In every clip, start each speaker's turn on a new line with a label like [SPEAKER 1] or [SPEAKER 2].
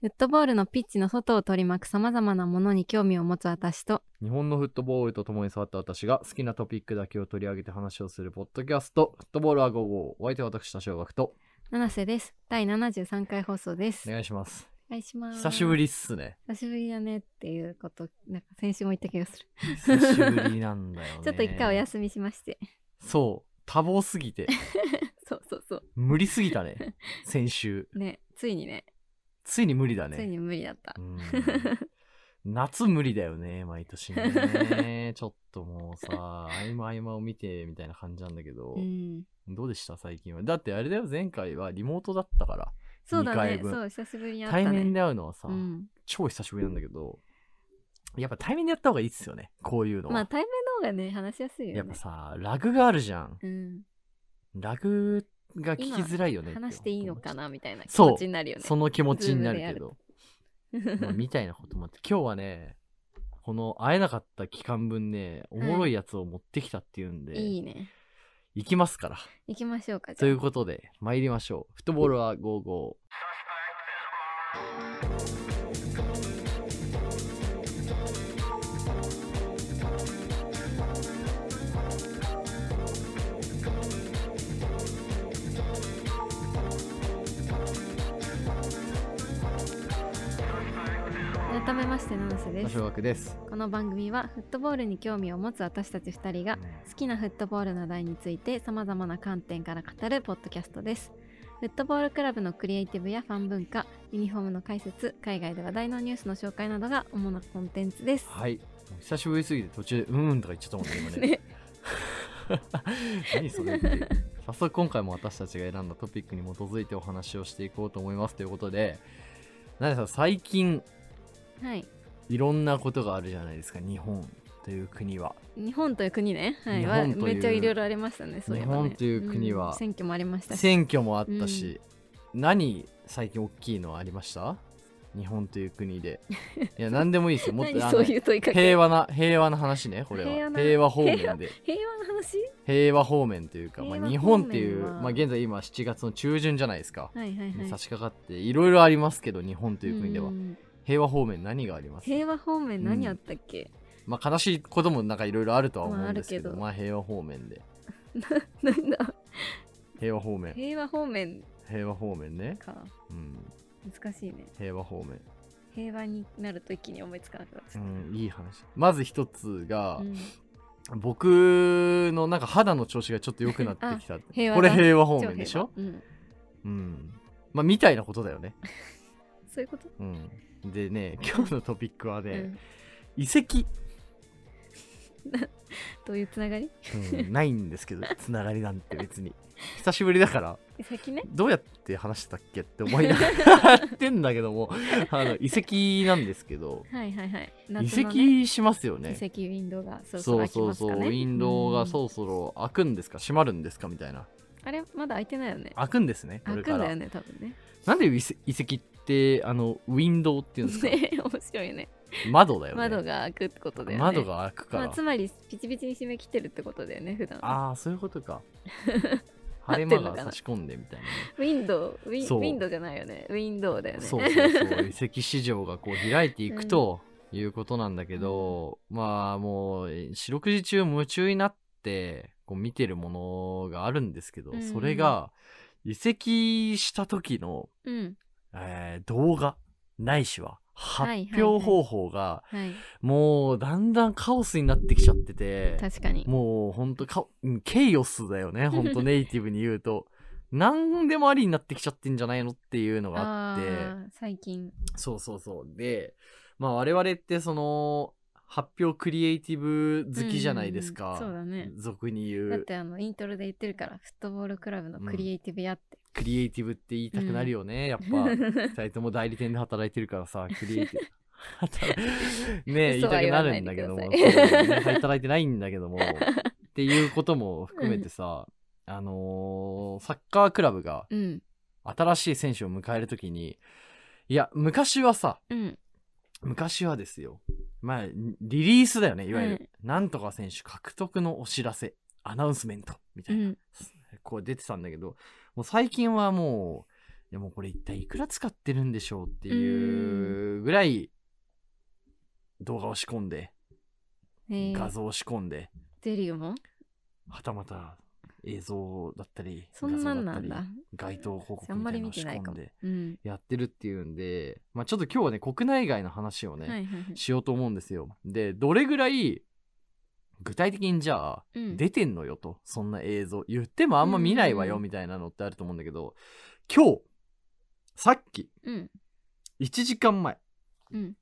[SPEAKER 1] フットボールのピッチの外を取り巻く様々なものに興味を持つ私と、
[SPEAKER 2] 日本のフットボールと共に触った私が好きなトピックだけを取り上げて話をするポッドキャスト、フットボールは午後、お相手は私、多少学と、
[SPEAKER 1] 七瀬です。第73回放送です。お
[SPEAKER 2] お願いします。
[SPEAKER 1] 願いします。
[SPEAKER 2] 久しぶ
[SPEAKER 1] り。
[SPEAKER 2] りっすね。
[SPEAKER 1] 久しぶりだねっていうこと、なんか先週も言った気がする。
[SPEAKER 2] 久しぶりなんだよね。
[SPEAKER 1] ちょっと一回お休みしまして。
[SPEAKER 2] そう、多忙すぎて、
[SPEAKER 1] そうそうそ
[SPEAKER 2] 無理すぎ たね、先週。
[SPEAKER 1] う。ね、ついにね、
[SPEAKER 2] ついに無理だね。
[SPEAKER 1] ついに無理だった
[SPEAKER 2] う。ん夏無理だよね、毎年 ね。ちょっともうさ、合間合間を見てみたいな感じなんだけど、
[SPEAKER 1] うん。
[SPEAKER 2] どうでした最近は。だってあれだよ、前回はリモートだったから、
[SPEAKER 1] そうだ
[SPEAKER 2] 二回
[SPEAKER 1] ね。
[SPEAKER 2] 分
[SPEAKER 1] そう、久しぶりに会ったね。
[SPEAKER 2] 対面で会うのはさ、
[SPEAKER 1] うん。
[SPEAKER 2] 超久しぶりなんだけど、やっぱ対面でやった方がいいっすよね、こういうのは。
[SPEAKER 1] まあ対面の方がね、話しやすいよね。
[SPEAKER 2] やっぱさ、ラグがあるじゃん。
[SPEAKER 1] うん。
[SPEAKER 2] ラグが聞きづらいよね。
[SPEAKER 1] 話していいのかなみたいな気
[SPEAKER 2] そう
[SPEAKER 1] 持ちになるよね。
[SPEAKER 2] その気持ちになるけど、 まあ
[SPEAKER 1] う
[SPEAKER 2] みたいなこともあって、今日はね、この会えなかった期間分ね、おもろいやつを持ってきたっていうんで、
[SPEAKER 1] んいいね。
[SPEAKER 2] 行きますから。
[SPEAKER 1] 行きましょうか。じ
[SPEAKER 2] と
[SPEAKER 1] ゃあ
[SPEAKER 2] いうことで、参りましょう。フットボールは55。
[SPEAKER 1] 改めまして七瀬で
[SPEAKER 2] 多
[SPEAKER 1] す
[SPEAKER 2] 少。枠です。
[SPEAKER 1] この番組はフットボールに興味を持つ私たち2人が好きなフットボールの話題についてさまざまな観点から語るポッドキャストです。フットボールクラブのクリエイティブやファン文化、ユニフォームの解説、海外で話題のニュースの紹介などが主なコンテンツ です。
[SPEAKER 2] はい。もう久しぶりすぎて途中で、うーんとか言っちゃったもんね、今 ね。
[SPEAKER 1] ね
[SPEAKER 2] 何それっていう早速今回も私たちが選んだトピックに基づいてお話をしていこうと思いますということで、なでさん、最近
[SPEAKER 1] はい。
[SPEAKER 2] いろんなことがあるじゃないですか、日本という国は。
[SPEAKER 1] 日本という国ね。はい。
[SPEAKER 2] 日
[SPEAKER 1] は
[SPEAKER 2] 本という
[SPEAKER 1] めっちゃいろいろありましたね。そういえばね
[SPEAKER 2] 日本という国は
[SPEAKER 1] ん選挙もありましたし。
[SPEAKER 2] 選挙もあったし、何最近大きいのありました日本という 国で。いや、何でもいいですよ。もっ
[SPEAKER 1] 何
[SPEAKER 2] とあ
[SPEAKER 1] そ
[SPEAKER 2] の
[SPEAKER 1] ういう問いかけ
[SPEAKER 2] 平和な、平和な話ね、これは。
[SPEAKER 1] 平
[SPEAKER 2] 平
[SPEAKER 1] 和な
[SPEAKER 2] 和方面で。
[SPEAKER 1] 平和の話
[SPEAKER 2] 平和方面というか、ま
[SPEAKER 1] 平
[SPEAKER 2] あ、
[SPEAKER 1] 和
[SPEAKER 2] 日本っていう、
[SPEAKER 1] 方面は
[SPEAKER 2] まあ、現在今7月の中旬じゃないですか、
[SPEAKER 1] はいはいはい。
[SPEAKER 2] に差し掛かっていろいろありますけど日本という国では
[SPEAKER 1] うん
[SPEAKER 2] 平和方面何があります
[SPEAKER 1] 平和方面何あったっけ、
[SPEAKER 2] まあ、悲しいこともなんかいろいろあるとは思
[SPEAKER 1] まあ
[SPEAKER 2] う
[SPEAKER 1] あ
[SPEAKER 2] ん
[SPEAKER 1] る
[SPEAKER 2] ですけど,、
[SPEAKER 1] け
[SPEAKER 2] ま
[SPEAKER 1] ど
[SPEAKER 2] あ、平和方面で
[SPEAKER 1] なんだ
[SPEAKER 2] 平和方面
[SPEAKER 1] 平和方面
[SPEAKER 2] 平和方面ね、
[SPEAKER 1] か
[SPEAKER 2] うん、
[SPEAKER 1] 難しいね
[SPEAKER 2] 平和方面、
[SPEAKER 1] 平和になると一気に思いつかなくなっ
[SPEAKER 2] う
[SPEAKER 1] ちゃっ
[SPEAKER 2] ん、いい話まず一つ
[SPEAKER 1] た、
[SPEAKER 2] が、
[SPEAKER 1] うん
[SPEAKER 2] 僕のなんか肌の調子がちょっと良くなってきた
[SPEAKER 1] 平和
[SPEAKER 2] これ
[SPEAKER 1] だ
[SPEAKER 2] 平和方
[SPEAKER 1] 超
[SPEAKER 2] 面でしょ、
[SPEAKER 1] 平和うん、
[SPEAKER 2] うんまあ、みたいなことだよね、
[SPEAKER 1] そういうこと、
[SPEAKER 2] うん、でね今日のトピックはね、
[SPEAKER 1] うん
[SPEAKER 2] 遺跡、
[SPEAKER 1] どういうつながり
[SPEAKER 2] うんないんですけどつながりなんて別に久しぶりだから
[SPEAKER 1] 先ね
[SPEAKER 2] どうやって話してたっけって思いながらやってんだけど もあの遺跡なんですけど、
[SPEAKER 1] はいはいはい
[SPEAKER 2] 遺
[SPEAKER 1] 夏のね
[SPEAKER 2] 跡しますよね
[SPEAKER 1] 遺跡ウィンドウがそろそ
[SPEAKER 2] そ
[SPEAKER 1] ろ
[SPEAKER 2] う
[SPEAKER 1] 開き
[SPEAKER 2] そう
[SPEAKER 1] ます
[SPEAKER 2] そう
[SPEAKER 1] かね
[SPEAKER 2] ウィンドウがそ
[SPEAKER 1] うん
[SPEAKER 2] ろそろ開くんですか閉まるんですかみたいな
[SPEAKER 1] あれまだ開いてないよね
[SPEAKER 2] 開くんですねこ
[SPEAKER 1] 開
[SPEAKER 2] れ
[SPEAKER 1] く
[SPEAKER 2] か
[SPEAKER 1] んだ
[SPEAKER 2] ら、
[SPEAKER 1] よね多分ね
[SPEAKER 2] なんで遺跡遺跡ってあのウィンドウっていうんですか
[SPEAKER 1] ね面白いね
[SPEAKER 2] 窓だよね
[SPEAKER 1] 窓が開くってことだよね
[SPEAKER 2] 窓が開くか
[SPEAKER 1] ま
[SPEAKER 2] ら、
[SPEAKER 1] あ、つまりピチピチに締め切ってるってことだよね普段は
[SPEAKER 2] ああそういうこ とか
[SPEAKER 1] 合って
[SPEAKER 2] 晴
[SPEAKER 1] ん
[SPEAKER 2] れ
[SPEAKER 1] のか
[SPEAKER 2] 間
[SPEAKER 1] な
[SPEAKER 2] が差し込んでみたいなね
[SPEAKER 1] ウィンドウウィン
[SPEAKER 2] そう
[SPEAKER 1] ウィンドウじゃないよねウィンドウだよね
[SPEAKER 2] そうそうそう 移籍市場がこう開いていくということなんだけど、まあもう四六時中夢中になってこう見てるものがあるんですけど、
[SPEAKER 1] うん
[SPEAKER 2] それが移籍した時の、
[SPEAKER 1] うん
[SPEAKER 2] えー動画ないしは発
[SPEAKER 1] いはい
[SPEAKER 2] 表方法が
[SPEAKER 1] はい
[SPEAKER 2] もうだんだんカオスになってきちゃってて
[SPEAKER 1] 確かに
[SPEAKER 2] もうほんとかうんケイオスだよ ねほんとネイティブに言うと。何でもありになってきちゃってんじゃないのっていうのがあって
[SPEAKER 1] ー最近
[SPEAKER 2] そうそうそう。で、まあ我々ってその、発表クリエイティブ好きじゃないです
[SPEAKER 1] うんうんう
[SPEAKER 2] か。
[SPEAKER 1] んそうだね
[SPEAKER 2] 俗に言
[SPEAKER 1] だっ
[SPEAKER 2] う。
[SPEAKER 1] てあのイントロで言ってるからフットボールクラブのクリエイティブやって、
[SPEAKER 2] クリエイティブって言いたくなるよね。やっぱ、二人とも代理店で働いてるからさ、クリエイティ ブ。ねえ、言い
[SPEAKER 1] 嘘は
[SPEAKER 2] たく
[SPEAKER 1] 言
[SPEAKER 2] な
[SPEAKER 1] わな
[SPEAKER 2] る
[SPEAKER 1] い
[SPEAKER 2] ん
[SPEAKER 1] でく
[SPEAKER 2] だけ
[SPEAKER 1] だ
[SPEAKER 2] ど
[SPEAKER 1] さい
[SPEAKER 2] も、そうね働いてないんだけど も、っていうことも含めてさ、あのーサッカークラブが
[SPEAKER 1] うん
[SPEAKER 2] 新しい選手を迎えるときに、いや、昔はさ、
[SPEAKER 1] うん
[SPEAKER 2] 昔はですよ、まあ、リリースだよね、いわゆる。
[SPEAKER 1] はい
[SPEAKER 2] なんとか選手獲得のお知らせ、アナウンスメントみた
[SPEAKER 1] う
[SPEAKER 2] いな、
[SPEAKER 1] ん
[SPEAKER 2] こう出てたんだけど、もう最近はもう、でもこれ一体いくら使ってるんでしょうっていうぐらい動画を仕込んで、
[SPEAKER 1] えー
[SPEAKER 2] 画像を仕込んで、
[SPEAKER 1] ゼリウも
[SPEAKER 2] はたまた映像だったり、
[SPEAKER 1] そんなんなん
[SPEAKER 2] 画像だ
[SPEAKER 1] だ
[SPEAKER 2] っ。たり、街頭報告
[SPEAKER 1] あん
[SPEAKER 2] み
[SPEAKER 1] ま
[SPEAKER 2] た
[SPEAKER 1] り
[SPEAKER 2] い
[SPEAKER 1] 見
[SPEAKER 2] なのを仕
[SPEAKER 1] てない
[SPEAKER 2] 込
[SPEAKER 1] か
[SPEAKER 2] ん
[SPEAKER 1] も
[SPEAKER 2] で。
[SPEAKER 1] うん。
[SPEAKER 2] やってるっていうんで、まあちょっと今日はね、国内外の話をね、
[SPEAKER 1] はいはいはい。
[SPEAKER 2] しようと思うんですよ。で、どれぐらい具体的にじゃあ、
[SPEAKER 1] うん
[SPEAKER 2] 出てんのよと、そんな映像。言ってもあんま見ない
[SPEAKER 1] う
[SPEAKER 2] わ
[SPEAKER 1] んうん
[SPEAKER 2] よ
[SPEAKER 1] うん
[SPEAKER 2] みたいなのってあると思うんだけど、今日、さっき、
[SPEAKER 1] うん。
[SPEAKER 2] 1時間前、
[SPEAKER 1] うん。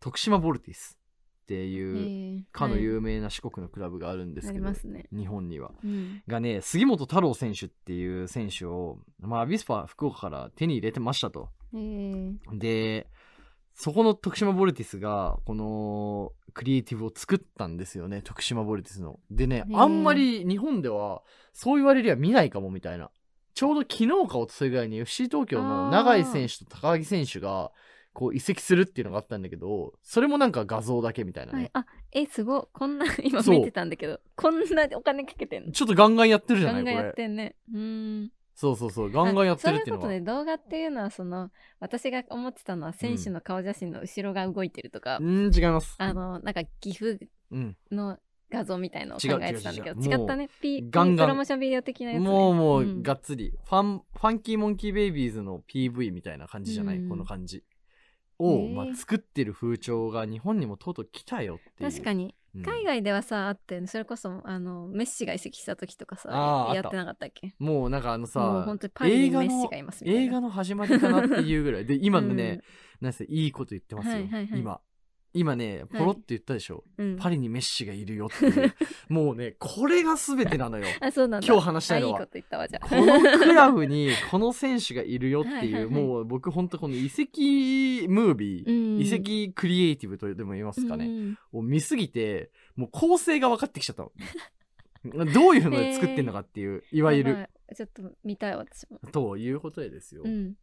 [SPEAKER 2] 徳島ボルティスって
[SPEAKER 1] え
[SPEAKER 2] い
[SPEAKER 1] ー
[SPEAKER 2] う、かの
[SPEAKER 1] はい
[SPEAKER 2] 有名な四国のクラブがあるんです
[SPEAKER 1] あり
[SPEAKER 2] けど、
[SPEAKER 1] ますね。
[SPEAKER 2] 日本には。
[SPEAKER 1] うん。
[SPEAKER 2] がね、杉本太郎選手っていう選手を、まあ、アビスパ福岡から手に入れてましたと。
[SPEAKER 1] えー
[SPEAKER 2] で、そこの徳島ボルティスが、このクリエイティブを作ったんですよね、徳島ボルティスの。でね
[SPEAKER 1] へ、ー
[SPEAKER 2] あんまり日本では、そう言われりゃ見ないかもみたいな。ちょうど昨日かおとついぐらいに FC 東京の永井選手と高木選手が、こう移籍するっていうのがあったんだけど、それもなんか画像だけみたいなね。
[SPEAKER 1] はい、あえすごいこんな 今
[SPEAKER 2] そう
[SPEAKER 1] 見てたんだけどこんなお金かけてんの
[SPEAKER 2] ちょっとガンガンやってるじゃな
[SPEAKER 1] ガ
[SPEAKER 2] い
[SPEAKER 1] ンガン
[SPEAKER 2] こ
[SPEAKER 1] やっ
[SPEAKER 2] れ。
[SPEAKER 1] てんねうん
[SPEAKER 2] そうそうそう、ガンガンやってるってい
[SPEAKER 1] あ
[SPEAKER 2] うのは。
[SPEAKER 1] そういうことね動画っていうのはその私が思ってたのは選手の顔写真の後ろが動いてるとか、
[SPEAKER 2] うん、違います。
[SPEAKER 1] あのなんか岐阜
[SPEAKER 2] うん。
[SPEAKER 1] の画像みたいのを考
[SPEAKER 2] 違う
[SPEAKER 1] えてたんだけど
[SPEAKER 2] 違う違
[SPEAKER 1] 違
[SPEAKER 2] う
[SPEAKER 1] ったねピー
[SPEAKER 2] ガンガン
[SPEAKER 1] プロモーションビデオ的なやつ、ね、
[SPEAKER 2] もうも
[SPEAKER 1] ん
[SPEAKER 2] う、がっつり。ファン、ファンキーモンキーベイビーズの PV みたいな感じじゃない、
[SPEAKER 1] うん
[SPEAKER 2] この感じ。を、
[SPEAKER 1] ねえ
[SPEAKER 2] まあ、作ってる風潮が日本にもとうとう来たよっていう。
[SPEAKER 1] 確かに
[SPEAKER 2] うん
[SPEAKER 1] 海外ではさあってよねそれこそあのメッシが移籍した時とか
[SPEAKER 2] あ
[SPEAKER 1] さ
[SPEAKER 2] ー
[SPEAKER 1] や
[SPEAKER 2] あった
[SPEAKER 1] ってなかったっけ
[SPEAKER 2] もうなんかあの
[SPEAKER 1] もう
[SPEAKER 2] さ
[SPEAKER 1] 本当にパリに
[SPEAKER 2] 映画
[SPEAKER 1] メ
[SPEAKER 2] の
[SPEAKER 1] ッシがいますみたいな
[SPEAKER 2] 映画の始まりかなっていうぐらい。で、今のね、なんせいいこと言ってますよ。
[SPEAKER 1] はいはいはい
[SPEAKER 2] 今。今ね、ポロって言ったでしょ。
[SPEAKER 1] うん、
[SPEAKER 2] パ
[SPEAKER 1] リ
[SPEAKER 2] リにメッシがいるよっていう。もうね、これが全てなのよ。
[SPEAKER 1] あそう なんだ
[SPEAKER 2] 今日話したいの
[SPEAKER 1] あいい
[SPEAKER 2] は
[SPEAKER 1] こと言ったわじゃあ
[SPEAKER 2] このクラブにこの選手がいるよって
[SPEAKER 1] はいはい
[SPEAKER 2] い、
[SPEAKER 1] はいう
[SPEAKER 2] もう僕ほんとこの遺跡ムービー、
[SPEAKER 1] うん
[SPEAKER 2] 遺跡クリエイティブとでも言いますか
[SPEAKER 1] う
[SPEAKER 2] ね、
[SPEAKER 1] ん
[SPEAKER 2] を見すぎて、もう構成が分かってきちゃったの。 どういうので作ってんのかっていう、いわゆ
[SPEAKER 1] や
[SPEAKER 2] る、
[SPEAKER 1] ばいちょっと見たい私も。
[SPEAKER 2] ということでですよ。
[SPEAKER 1] うん。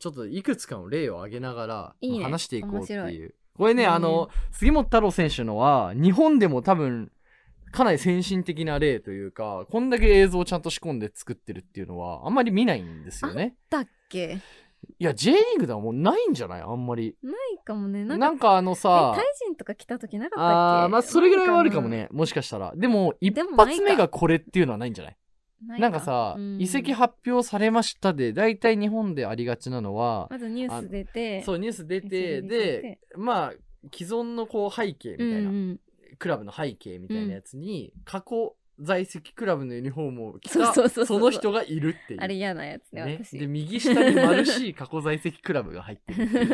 [SPEAKER 2] ちょっといくつかの例を挙げながら
[SPEAKER 1] いいね
[SPEAKER 2] 話していこうって
[SPEAKER 1] 面
[SPEAKER 2] いう。これね、
[SPEAKER 1] うん
[SPEAKER 2] あの、杉本太郎選手のは、日本でも多分、かなり先進的な例というか、こんだけ映像をちゃんと仕込んで作ってるっていうのは、あんまり見ないんですよね。
[SPEAKER 1] だっけ？ない
[SPEAKER 2] や、J リーグではもうないんじゃないあんまり。
[SPEAKER 1] いかもね。な
[SPEAKER 2] なんん
[SPEAKER 1] か
[SPEAKER 2] かあのさ
[SPEAKER 1] えタイ、人とか来た時なかったっけ？
[SPEAKER 2] あーまあそれぐらいはあるかも
[SPEAKER 1] ない
[SPEAKER 2] ね。もしかしたら。でも、一
[SPEAKER 1] でもないか
[SPEAKER 2] 発目がこれっていうのはないんじゃない
[SPEAKER 1] な。
[SPEAKER 2] なんかさ
[SPEAKER 1] う、ん
[SPEAKER 2] 移籍発表されましたで、大体日本でありがちなのは、
[SPEAKER 1] まずニュース出て、
[SPEAKER 2] そう、ニュース出て、
[SPEAKER 1] SNS
[SPEAKER 2] で、まあ、既存のこう背景みたいな、
[SPEAKER 1] うんうん
[SPEAKER 2] クラブの背景みたいなやつに、過去在籍クラブのユニフォームを着
[SPEAKER 1] そう
[SPEAKER 2] た、
[SPEAKER 1] そうそうそう
[SPEAKER 2] その人がいるっていう。
[SPEAKER 1] あれ嫌なやつね
[SPEAKER 2] ね、
[SPEAKER 1] 私。
[SPEAKER 2] で右下にマルシー過去在籍クラブが入ってるっていう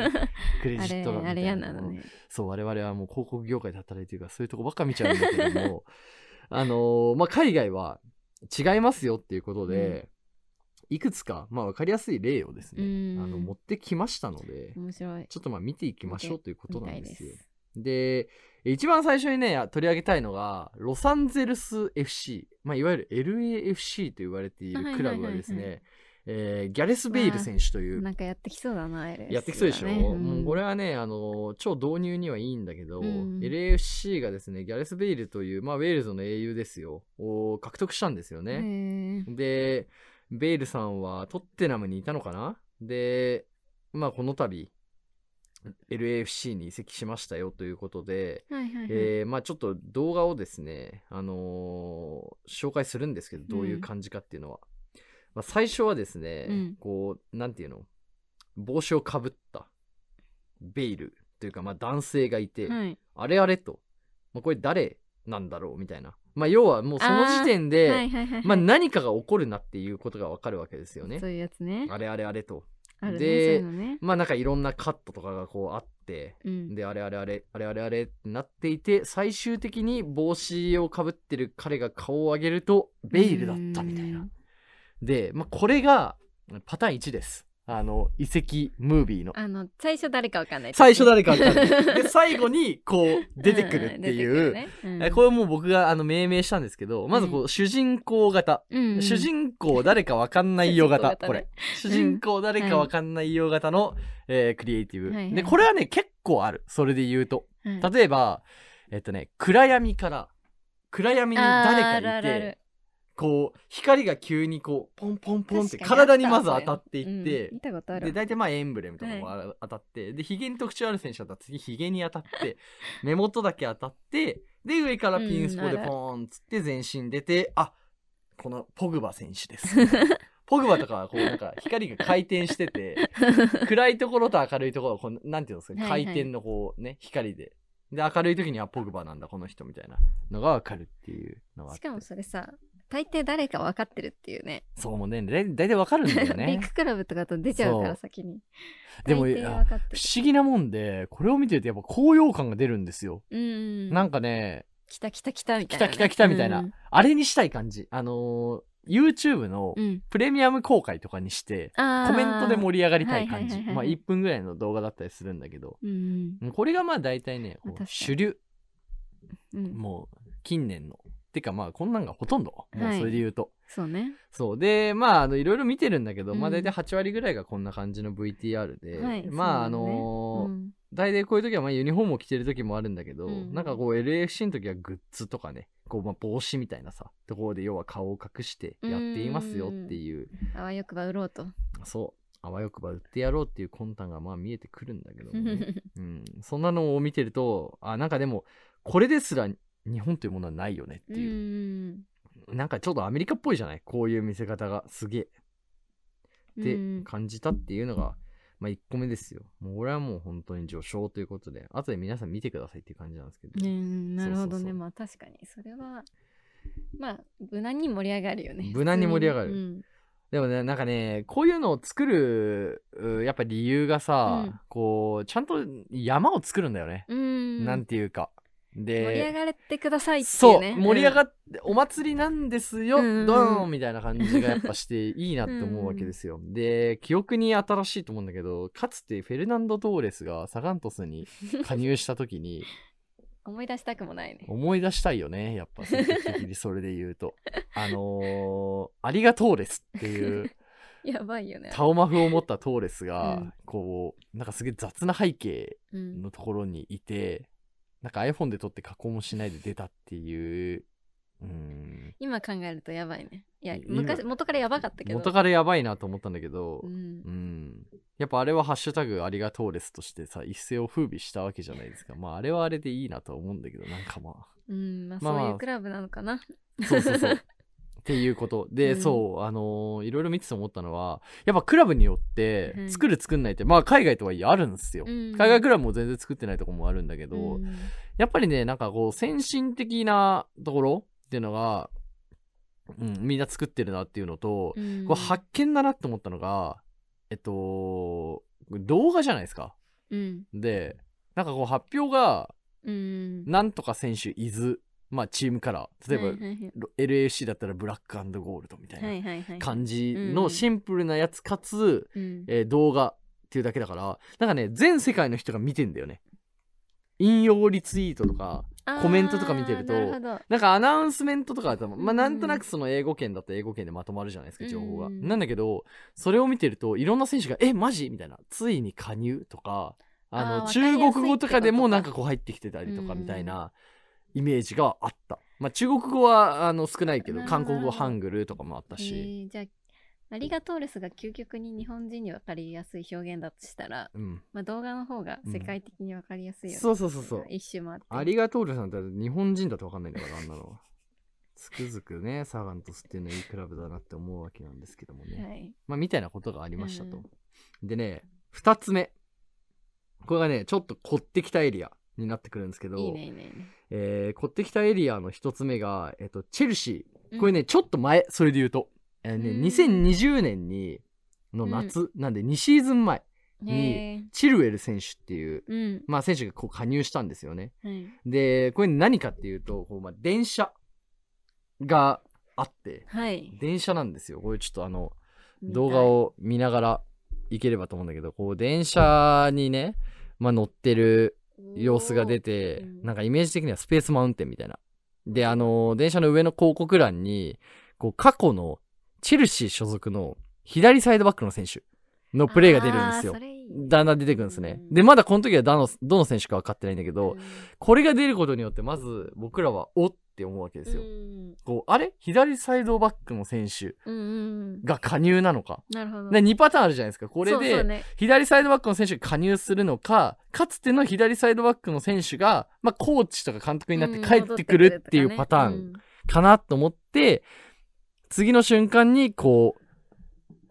[SPEAKER 2] クレ
[SPEAKER 1] あ
[SPEAKER 2] ジッ
[SPEAKER 1] れ
[SPEAKER 2] ト欄み た
[SPEAKER 1] あれ嫌
[SPEAKER 2] い
[SPEAKER 1] な
[SPEAKER 2] なもの
[SPEAKER 1] のね。
[SPEAKER 2] そう我々はもう広告業界で働いてるからそういうとこばっか見ちゃうんだけども あのーまあ海外は違いますよっていうことで、いくつか、まあ、分かりやすい例をですね、
[SPEAKER 1] うん
[SPEAKER 2] あの持ってきましたので
[SPEAKER 1] 面白い。
[SPEAKER 2] ちょっとまあ見ていきましょうということ
[SPEAKER 1] み
[SPEAKER 2] な
[SPEAKER 1] た
[SPEAKER 2] ん
[SPEAKER 1] い
[SPEAKER 2] で
[SPEAKER 1] ですす
[SPEAKER 2] よ。。で一番最初にね取り上げたいのがロサンゼルス FC、まあ、いわゆる LAFC と言われているクラブがです
[SPEAKER 1] はいはいはいは
[SPEAKER 2] ねえーギャレス・ベイル選手という
[SPEAKER 1] なんかやってきそうだなあれ。
[SPEAKER 2] やってきそうでしょ、
[SPEAKER 1] ね
[SPEAKER 2] もうこれはねあの超導入にはいいんだけど、
[SPEAKER 1] うん
[SPEAKER 2] LAFC がですねギャレス・ベイルという、まあ、ウェールズの英雄ですよを獲得したんですよね。
[SPEAKER 1] ね。
[SPEAKER 2] で、ベイルさんはトッテナムにいたのかなで、まあこの度、LAFC に移籍しましたよということで、
[SPEAKER 1] へーはいはいはい。
[SPEAKER 2] えーまあちょっと動画をですね、あのー紹介するんですけど、どういう感じかっていうのは。まあ最初はですね、
[SPEAKER 1] うん
[SPEAKER 2] こう、なんていうの帽子をかぶったベイルというか、まあ男性がいて、
[SPEAKER 1] はい
[SPEAKER 2] あれあれと、まあこれ誰なんだろうみたいな。まあ要はもうその時点で、
[SPEAKER 1] はいはいはいはい。
[SPEAKER 2] まあ、何かが起こるなっていうことがわかるわけですよね
[SPEAKER 1] そ。ういうやつね。
[SPEAKER 2] あれあれあれと。
[SPEAKER 1] あるね。そう
[SPEAKER 2] で
[SPEAKER 1] いうのね。
[SPEAKER 2] まあなんかいろんなカットとかがこうあって、
[SPEAKER 1] うん。。
[SPEAKER 2] であれあれあれあれあれあれってなっていて、最終的に帽子をかぶってる彼が顔を上げると、ベイルだったみたいうなんで、まあこれがパターン1です。あの、遺跡ムービーの。
[SPEAKER 1] あの最初誰かわかんない。
[SPEAKER 2] 最初誰かわかんないで、 最後にこう出てくるっていう。えこれもう僕があの命名したんですけど、まずこう主人公型。主人公誰かわかんないよう型、
[SPEAKER 1] 主人公型ね
[SPEAKER 2] これ主人公誰かわかんないよう型の、えークリエイティブ、
[SPEAKER 1] はいはい
[SPEAKER 2] でこれはね結構あるそれで言うと
[SPEAKER 1] 公
[SPEAKER 2] 例えばえっとね暗闇から暗闇に誰かいて
[SPEAKER 1] あるあるある
[SPEAKER 2] こう光が急にこうポンポンポンって
[SPEAKER 1] 確か
[SPEAKER 2] 体
[SPEAKER 1] に
[SPEAKER 2] に
[SPEAKER 1] あった
[SPEAKER 2] まず当たっていって、
[SPEAKER 1] うん見たことあ
[SPEAKER 2] で
[SPEAKER 1] る
[SPEAKER 2] 大体まあエンブレムとかもあ当たって、でひげに特徴ある選手だったら次ひげに当たって 目元だけ当たってで上からピンスポで
[SPEAKER 1] うんある
[SPEAKER 2] ポーンっつって全身出て、あこのポグバ選手です ポグバとかはこうなんか光が回転してて 暗いところと明るいところをこうなんていうんですか
[SPEAKER 1] はいはい
[SPEAKER 2] 回転のこうね光で。で明るい時にはポグバなんだこの人みたいなのがわかるっていうのがあっ
[SPEAKER 1] してかもそれさ大抵誰か分かってるっていうね
[SPEAKER 2] そうもうねだい大体わかるんだよ
[SPEAKER 1] ビ
[SPEAKER 2] ね
[SPEAKER 1] ッグクラブとかと出ちゃうか
[SPEAKER 2] そ
[SPEAKER 1] ら
[SPEAKER 2] う
[SPEAKER 1] 先に
[SPEAKER 2] でも
[SPEAKER 1] 大抵分かって
[SPEAKER 2] 不
[SPEAKER 1] る
[SPEAKER 2] 思議なもんでこれを見てるとやっぱ高揚感が出るんですよ、
[SPEAKER 1] うん
[SPEAKER 2] なんかね
[SPEAKER 1] 来た来た来たみた
[SPEAKER 2] 来
[SPEAKER 1] いな
[SPEAKER 2] た
[SPEAKER 1] ね
[SPEAKER 2] 来た来たみたいな、
[SPEAKER 1] うん
[SPEAKER 2] あれにしたい感じあのー YouTube の
[SPEAKER 1] うん
[SPEAKER 2] プレミアム公開とかにして、
[SPEAKER 1] コ
[SPEAKER 2] コメントで盛り上がりたい感
[SPEAKER 1] あーは
[SPEAKER 2] じ
[SPEAKER 1] いはいはいはい
[SPEAKER 2] まあ1分ぐらいの動画だったりするんだけど
[SPEAKER 1] うん
[SPEAKER 2] これがまあ大体ねこ
[SPEAKER 1] 確
[SPEAKER 2] う
[SPEAKER 1] かに
[SPEAKER 2] 主流
[SPEAKER 1] うんうん、
[SPEAKER 2] もう近年のてかまあこんなんがほとんどもうそれで言うと、
[SPEAKER 1] そうね、
[SPEAKER 2] そうでまああのいろいろ見てるんだけど、まあ
[SPEAKER 1] うん
[SPEAKER 2] 大体8割ぐらいがこんな感じの VTR で、
[SPEAKER 1] はい
[SPEAKER 2] まあ
[SPEAKER 1] そう
[SPEAKER 2] あ
[SPEAKER 1] なのね
[SPEAKER 2] のー
[SPEAKER 1] うん
[SPEAKER 2] 大体こういう時はまあユニフォームを着てる時もあるんだけど、
[SPEAKER 1] うん
[SPEAKER 2] なんかこう LFC の時はグッズとかねこうまあ帽子みたいなさところで要は顔を隠してやっていますよっていう
[SPEAKER 1] あわよくば売ろうと、
[SPEAKER 2] そうあわよくば売ってやろうっていう魂胆がまあ見えてくるんだけど もね、うん、そんなのを見てるとあなんかでもこれですら日本というものはないよねって
[SPEAKER 1] う
[SPEAKER 2] いう、
[SPEAKER 1] ん
[SPEAKER 2] なんかちょっとアメリカっぽいじゃないこういう見せ方がすげえって
[SPEAKER 1] うん
[SPEAKER 2] 感じたっていうのが、まあ1個目ですよ。もう俺はもう本当に序章ということで、後で皆さん見てくださいっていう感じなんですけど。
[SPEAKER 1] うんなるほどね
[SPEAKER 2] そうそうそう
[SPEAKER 1] まあ確かにそれはまあ無難に盛り上がるよね
[SPEAKER 2] 無難に盛り上がる
[SPEAKER 1] 普通にね
[SPEAKER 2] でもね、なんかね、こういうのを作る、うやっぱ理由がさ、
[SPEAKER 1] うん
[SPEAKER 2] こう、ちゃんと山を作るんだよね。
[SPEAKER 1] うん、うん
[SPEAKER 2] なんていうか。で、
[SPEAKER 1] 盛り上がれてくださいってい
[SPEAKER 2] そうう、
[SPEAKER 1] ね
[SPEAKER 2] 盛り上が
[SPEAKER 1] っ
[SPEAKER 2] って、お祭りなんですよ、
[SPEAKER 1] うんうんうん
[SPEAKER 2] ドーンみたいな感じがやっぱしていいなって思うわけですよ。で、記憶に新しいと思うんだけど、かつてフェルナンド・トーレスがサガントス に加入した時に、
[SPEAKER 1] 思い出したくもないね
[SPEAKER 2] 思い出したいよねやっぱ積極的にそれで言うとあのーありがとうです」っ ていう
[SPEAKER 1] やばいよね
[SPEAKER 2] タオマフを持ったトーレスが、
[SPEAKER 1] うん
[SPEAKER 2] こうなんかすげえ雑な背景
[SPEAKER 1] うん
[SPEAKER 2] のところにいてなんか iPhone で撮って加工もしないで出たっていううん
[SPEAKER 1] 今考えるとやばいねいや
[SPEAKER 2] 今
[SPEAKER 1] 昔元からやばかったけど
[SPEAKER 2] 元からやばいなと思ったんだけど、
[SPEAKER 1] うん
[SPEAKER 2] うん、やっぱあれは「ハッシュタグありがとうです」としてさ一世を風靡したわけじゃないで すかまああれはあれでいいなとは思うんだけどなんかまあ
[SPEAKER 1] うんまあ
[SPEAKER 2] まあまあ
[SPEAKER 1] そういうクラブなのかな
[SPEAKER 2] そうそうそう。っていうことで、
[SPEAKER 1] うん
[SPEAKER 2] そうあのーいろいろ見てて思ったのはやっぱクラブによって
[SPEAKER 1] うん
[SPEAKER 2] 作る作んないって、まあ海外とはいえあるんですよ、
[SPEAKER 1] うん
[SPEAKER 2] 海外クラブも全然作ってないとこもあるんだけど、
[SPEAKER 1] うん
[SPEAKER 2] やっぱりねなんかこう先進的なところっていうのが、うん、みんな作ってるなっていうのと、
[SPEAKER 1] うん
[SPEAKER 2] こう発見だなって思ったのがえっと動画じゃないですか
[SPEAKER 1] うん
[SPEAKER 2] でなんかこう発表が
[SPEAKER 1] うん
[SPEAKER 2] なんとか選手伊豆まあチームから例えば、
[SPEAKER 1] はいはいはい
[SPEAKER 2] ロ LAFC だったらブラックゴールドみたい
[SPEAKER 1] は
[SPEAKER 2] ない
[SPEAKER 1] はいはい
[SPEAKER 2] 感じ
[SPEAKER 1] う
[SPEAKER 2] の
[SPEAKER 1] ん
[SPEAKER 2] シンプルなやつかつ、
[SPEAKER 1] うん
[SPEAKER 2] えー動画っていうだけだからなんかね全世界の人が見てんだよね引用リツイートとかコメントとか見てると
[SPEAKER 1] あーなるほど
[SPEAKER 2] なんかアナウンスメントとかだと、まあ、
[SPEAKER 1] うん
[SPEAKER 2] なんとなくその英語圏だったら英語圏でまとまるじゃないですか情報が、
[SPEAKER 1] うん
[SPEAKER 2] なんだけどそれを見てるといろんな選手が「えマジ?」みたいな「ついに加入」とかあの
[SPEAKER 1] あー
[SPEAKER 2] 中国語とかでも
[SPEAKER 1] わか
[SPEAKER 2] な
[SPEAKER 1] りやすいってことか
[SPEAKER 2] んかこう入ってきてたりとかみたいなイメージがあった、まあ、中国語はあの少ないけど
[SPEAKER 1] なるほど
[SPEAKER 2] 韓国語ハングルとかもあったし。
[SPEAKER 1] えーじゃあありがとうレスが究極に日本人に分かりやすい表現だとしたら、
[SPEAKER 2] うん、
[SPEAKER 1] まあ、動画の方が世界的に分かりやすいよね、
[SPEAKER 2] そうそうそうそう
[SPEAKER 1] 一周回って
[SPEAKER 2] ありがとうルさんって日本人だと分かんないんだからあんなのつくづくねサガントスっていうのはいいクラブだなって思うわけなんですけどもね、
[SPEAKER 1] はい
[SPEAKER 2] まあ、みたいなことがありましたと。
[SPEAKER 1] うん
[SPEAKER 2] でね、二つ目。これがね、ちょっと凝ってきたエリアになってくるんですけど、
[SPEAKER 1] いいねいいねいいね
[SPEAKER 2] えー凝ってきたエリアの一つ目が、えっと、チェルシー。これね、ちょっと前、それで言うと。えーね、
[SPEAKER 1] うん
[SPEAKER 2] 2020年に、の夏、なんで2シーズン前、
[SPEAKER 1] うんへ
[SPEAKER 2] チルウェル選手っていう、
[SPEAKER 1] ーうん
[SPEAKER 2] まあ選手がこう加入したんですよね。
[SPEAKER 1] はい
[SPEAKER 2] で、これ何かっていうと、こうまあ電車があって、
[SPEAKER 1] はい
[SPEAKER 2] 電車なんですよ。これちょっとあの、動画を見ながら行ければと思うんだけどこう電車にね、まあ、乗ってる様子が出
[SPEAKER 1] て
[SPEAKER 2] て
[SPEAKER 1] うん
[SPEAKER 2] なんかイメージ的にはスペースマウンテンみたいな。であのー電車の上の広告欄にこう過去のチェルシー所属の左サイドバックの選手のプレーが出るんですよ
[SPEAKER 1] あーそ。れいい
[SPEAKER 2] だんだん出てくるんですね。
[SPEAKER 1] うん
[SPEAKER 2] で、まだこの時はだのどの選手か分かってないんだけど、
[SPEAKER 1] うん
[SPEAKER 2] これが出ることによって、まず僕らは、おって思うわけですよ。
[SPEAKER 1] うん
[SPEAKER 3] こうあれ左サイドバックの選手
[SPEAKER 1] うんうん
[SPEAKER 3] が加入なのか
[SPEAKER 1] なるほど
[SPEAKER 3] で2パターンあるじゃないですかこれ
[SPEAKER 1] そうそう
[SPEAKER 3] で
[SPEAKER 1] ね
[SPEAKER 3] 左サイドバックの選手が加入するのかかつての左サイドバックの選手が、まあ、コーチとか監督になって
[SPEAKER 1] うん
[SPEAKER 3] 帰ってくるってい
[SPEAKER 1] 戻
[SPEAKER 3] うパターン
[SPEAKER 1] とかね
[SPEAKER 2] かなと思って、次の瞬間に、こう、
[SPEAKER 1] うん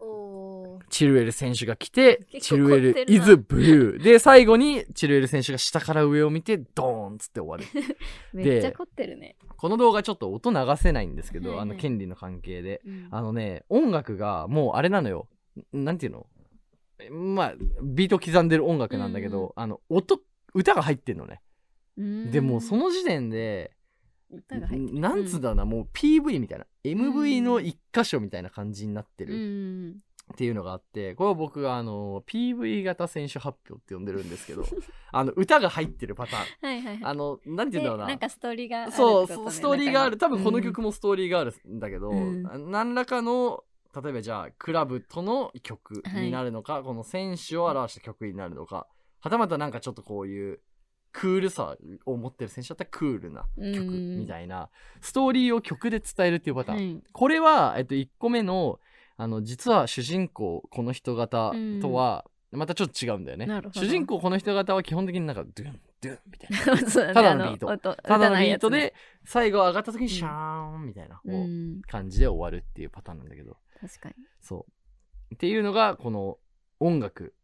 [SPEAKER 1] おー
[SPEAKER 2] チルウェル選手が来て、
[SPEAKER 1] 結
[SPEAKER 2] チ
[SPEAKER 1] 構
[SPEAKER 2] ルウェ
[SPEAKER 1] 凝って
[SPEAKER 2] ル
[SPEAKER 1] る
[SPEAKER 2] イ
[SPEAKER 1] な
[SPEAKER 2] ズブルー。で、最後にチルウェル選手が下から上を見て、ドーンっつって終わる。
[SPEAKER 1] めっちゃ凝ってるね、
[SPEAKER 2] この動画ちょっと音流せないんですけ
[SPEAKER 1] はい
[SPEAKER 2] ど、
[SPEAKER 1] は
[SPEAKER 2] あ
[SPEAKER 1] い
[SPEAKER 2] の権利の関係で。
[SPEAKER 1] うん
[SPEAKER 2] あのね、音楽がもうあれなのよ。んなんていうのまあ、ビート刻んでる音楽なんだけど、
[SPEAKER 1] うんうん
[SPEAKER 2] あの、音、歌が入ってんのね。
[SPEAKER 1] うん
[SPEAKER 2] でもうその時点で、
[SPEAKER 1] 歌が入ってる
[SPEAKER 2] なんつうんだろうな、もう PV みたいな、MV の一箇所みたいな感じになって
[SPEAKER 1] うんう
[SPEAKER 2] る
[SPEAKER 1] ん
[SPEAKER 2] っていうのがあって、これは僕があの、PV 型選手発表って呼んでるんで すけど、あの、歌が入ってるパターン。
[SPEAKER 1] はいはいはい
[SPEAKER 2] あの、なんて
[SPEAKER 1] で
[SPEAKER 2] いうんだろうな。
[SPEAKER 1] なんかストーリーがあるって
[SPEAKER 2] そう
[SPEAKER 1] ことね
[SPEAKER 2] そうストーリーがある多分この
[SPEAKER 1] 中
[SPEAKER 2] 曲もストーリーがあるんだけど、
[SPEAKER 1] うん
[SPEAKER 2] 何らかの例えばじゃあクラブとの曲になるのか、この選手を表した曲になるのかはたまたなんかちょっとこういうクールさを持ってる選手だったらクールな
[SPEAKER 1] に
[SPEAKER 2] 曲
[SPEAKER 1] うん
[SPEAKER 2] みたいな、ストーリーを曲で伝えるっていうパターン、
[SPEAKER 1] はい
[SPEAKER 2] これは、えっと、1個目のあの実は主人公この人型とはまたちょっと違うんだよね、
[SPEAKER 1] なるほど
[SPEAKER 2] 主人公この人型は基本的になんかドゥンドゥンみたいな
[SPEAKER 1] そうね
[SPEAKER 2] ただのビート
[SPEAKER 1] あ音
[SPEAKER 2] ただ
[SPEAKER 1] 歌
[SPEAKER 2] の
[SPEAKER 1] ない
[SPEAKER 2] ビ
[SPEAKER 1] や
[SPEAKER 2] ー
[SPEAKER 1] つ
[SPEAKER 2] ト
[SPEAKER 1] ね
[SPEAKER 2] で最後上がった時にシャーンみたいなこう
[SPEAKER 1] うん
[SPEAKER 2] 感じで終わるっていうパターンなんだけど
[SPEAKER 1] 確かに
[SPEAKER 2] そうっていうのがこの音楽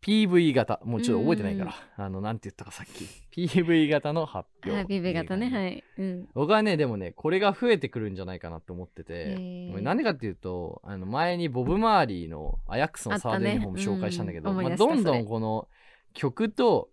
[SPEAKER 2] PV 型もうちょっと覚えてないからあのなんて言ったかさっき PV 型の発表
[SPEAKER 1] あビビ型ねはいい、うん、
[SPEAKER 2] 僕はねでもねこれが増えてくるんじゃないかなと思って
[SPEAKER 1] へ
[SPEAKER 2] て
[SPEAKER 1] ー
[SPEAKER 2] これなんでかっていうとあの前にボブ・マーリーのアヤックスのサードユニフォーム
[SPEAKER 1] あったね
[SPEAKER 2] 紹介したんだけど、
[SPEAKER 1] うん
[SPEAKER 2] ま
[SPEAKER 1] 思い
[SPEAKER 2] あ、
[SPEAKER 1] 出した
[SPEAKER 2] どんど
[SPEAKER 1] そ
[SPEAKER 2] ん
[SPEAKER 1] れ
[SPEAKER 2] この曲と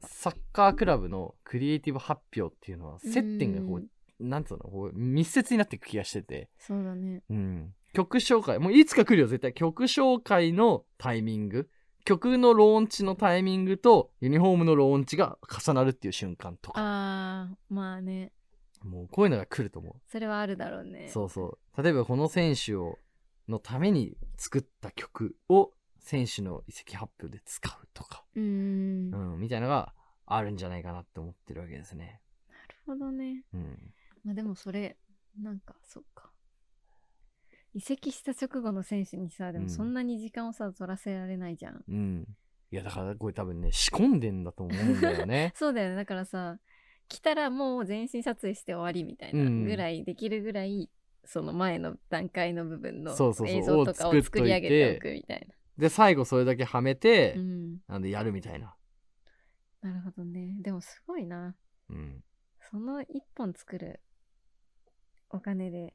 [SPEAKER 2] サッカークラブのクリエイティブ発表っていうのは接点がこう、
[SPEAKER 1] うん
[SPEAKER 2] なんつうのこう密接になっていく気がしてて、
[SPEAKER 1] そうだね
[SPEAKER 2] うん、曲紹介もういつか来るよ絶対曲紹介のタイミング曲のローンチのタイミングとユニフォームのローンチが重なるっていう瞬間とか
[SPEAKER 1] あーまあね
[SPEAKER 2] もうこういうのが来ると思う
[SPEAKER 1] それはあるだろうね
[SPEAKER 2] そうそう例えばこの選手をのために作った曲を選手の移籍発表で使うとか、
[SPEAKER 1] ううん
[SPEAKER 2] う
[SPEAKER 1] なんる
[SPEAKER 2] ん、みたいなのがあるんじゃないかなって思ってるわけですね。
[SPEAKER 1] ほどね
[SPEAKER 2] うん、
[SPEAKER 1] まあでもそれなんかそうか移籍した直後の選手にさで
[SPEAKER 2] う
[SPEAKER 1] も
[SPEAKER 2] ん
[SPEAKER 1] そんなに時間をさ取らせられないじゃん、。
[SPEAKER 2] うん、いやだからこれ多分ね仕込んでんだと思うんだよね
[SPEAKER 1] そうだよねだからさ来たらもう全身撮影して終わりみたいな
[SPEAKER 2] うん
[SPEAKER 1] ぐらい、できるぐらいその前の段階の部分の
[SPEAKER 2] そうそうそう
[SPEAKER 1] 映像とかを
[SPEAKER 2] を作
[SPEAKER 1] 作
[SPEAKER 2] っといて
[SPEAKER 1] り上げておくみたい
[SPEAKER 2] で最後それだけはめて、
[SPEAKER 1] な、うん、
[SPEAKER 2] なんでやるみたいな。
[SPEAKER 1] なるほどねでもすごいな
[SPEAKER 2] うん、
[SPEAKER 1] その一本作るお金で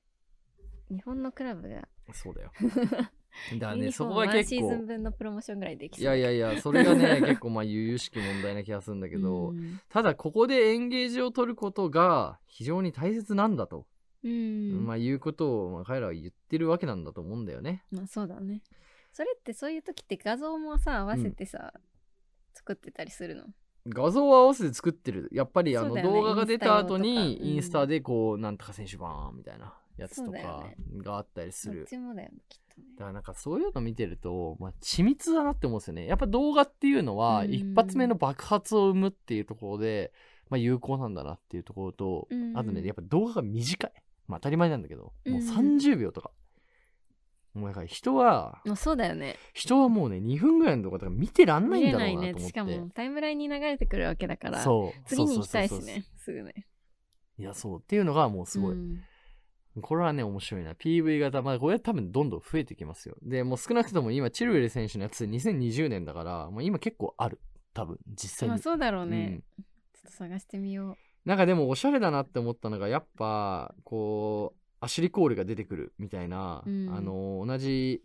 [SPEAKER 1] 日本のクラブが
[SPEAKER 2] そうだよ。 だから
[SPEAKER 1] ユ
[SPEAKER 2] ね
[SPEAKER 1] ニフ
[SPEAKER 2] そ
[SPEAKER 1] ォー
[SPEAKER 2] こ
[SPEAKER 1] ムワ
[SPEAKER 2] が
[SPEAKER 1] ン
[SPEAKER 2] 結
[SPEAKER 1] シーズン
[SPEAKER 2] 構
[SPEAKER 1] 分のプロモーションぐらいでき
[SPEAKER 2] い
[SPEAKER 1] そう
[SPEAKER 2] やい
[SPEAKER 1] だ
[SPEAKER 2] やいやそれ がね結構まあ由々しき問題な気がするんだけど。
[SPEAKER 1] うん
[SPEAKER 2] ただここでエンゲージを取ることが非常に大切なんだと、
[SPEAKER 1] うん
[SPEAKER 2] まあいうことをまあ彼らは言ってるわけなんだと思うんだよね。
[SPEAKER 1] まあそうだね。それってそういう時って画像もさ合わせてさ、作ってたりするの。
[SPEAKER 2] 画像を合わせて作ってるやっぱりあ
[SPEAKER 1] そ
[SPEAKER 2] の
[SPEAKER 1] うだよね
[SPEAKER 2] 動画が出た後にイ
[SPEAKER 1] イ
[SPEAKER 2] ン
[SPEAKER 1] ン
[SPEAKER 2] ス
[SPEAKER 1] ス
[SPEAKER 2] タ
[SPEAKER 1] タ
[SPEAKER 2] でこうなんとか選手バーンみたいなやつ
[SPEAKER 1] そ
[SPEAKER 2] と
[SPEAKER 1] うだよ
[SPEAKER 2] か
[SPEAKER 1] ね
[SPEAKER 2] があったりす
[SPEAKER 1] どっ
[SPEAKER 2] る。
[SPEAKER 1] ちもだよねきっとね。
[SPEAKER 2] だからなんかそういうの見てると、まあ、緻密だなって思うんですよね。やっぱ動画っていうのは
[SPEAKER 1] うん
[SPEAKER 2] 一発目の爆発を生むっていうところで、まあ、有効なんだなっていうところと、
[SPEAKER 1] うん
[SPEAKER 2] あとねやっぱ動画が短い、まあ、当たり前なんだけどもううん30秒とか、もうだから人は
[SPEAKER 1] まあそうだよね。
[SPEAKER 2] 人はもうね2分ぐらいの動画とか見てらんない
[SPEAKER 1] 見
[SPEAKER 2] ん
[SPEAKER 1] れ
[SPEAKER 2] だ
[SPEAKER 1] な
[SPEAKER 2] ろう
[SPEAKER 1] い
[SPEAKER 2] な
[SPEAKER 1] ね
[SPEAKER 2] と。思っ、
[SPEAKER 1] してかもタイムラインに流れてくるわけだから。
[SPEAKER 2] そう
[SPEAKER 1] 次に行きたいし
[SPEAKER 2] そうそうそうそう
[SPEAKER 1] ね。すぐね。
[SPEAKER 2] いやそうっていうのがもうすごい、
[SPEAKER 1] うん
[SPEAKER 2] これはね、面白いな。PV 型、まあ、これは多分どんどん増えてきますよ。で、もう少なくとも今、チルウェル選手のやつ2020年だから、もう今結構ある。多分、実際に。
[SPEAKER 1] まあそうだろう
[SPEAKER 2] う
[SPEAKER 1] ねち
[SPEAKER 2] ん。
[SPEAKER 1] ょっと探してみよ
[SPEAKER 2] なんかでも、おしゃれだなって思ったのが、やっぱ、こう、アシュリコールが出てくるみたいな、
[SPEAKER 1] うん
[SPEAKER 2] あの、同じ、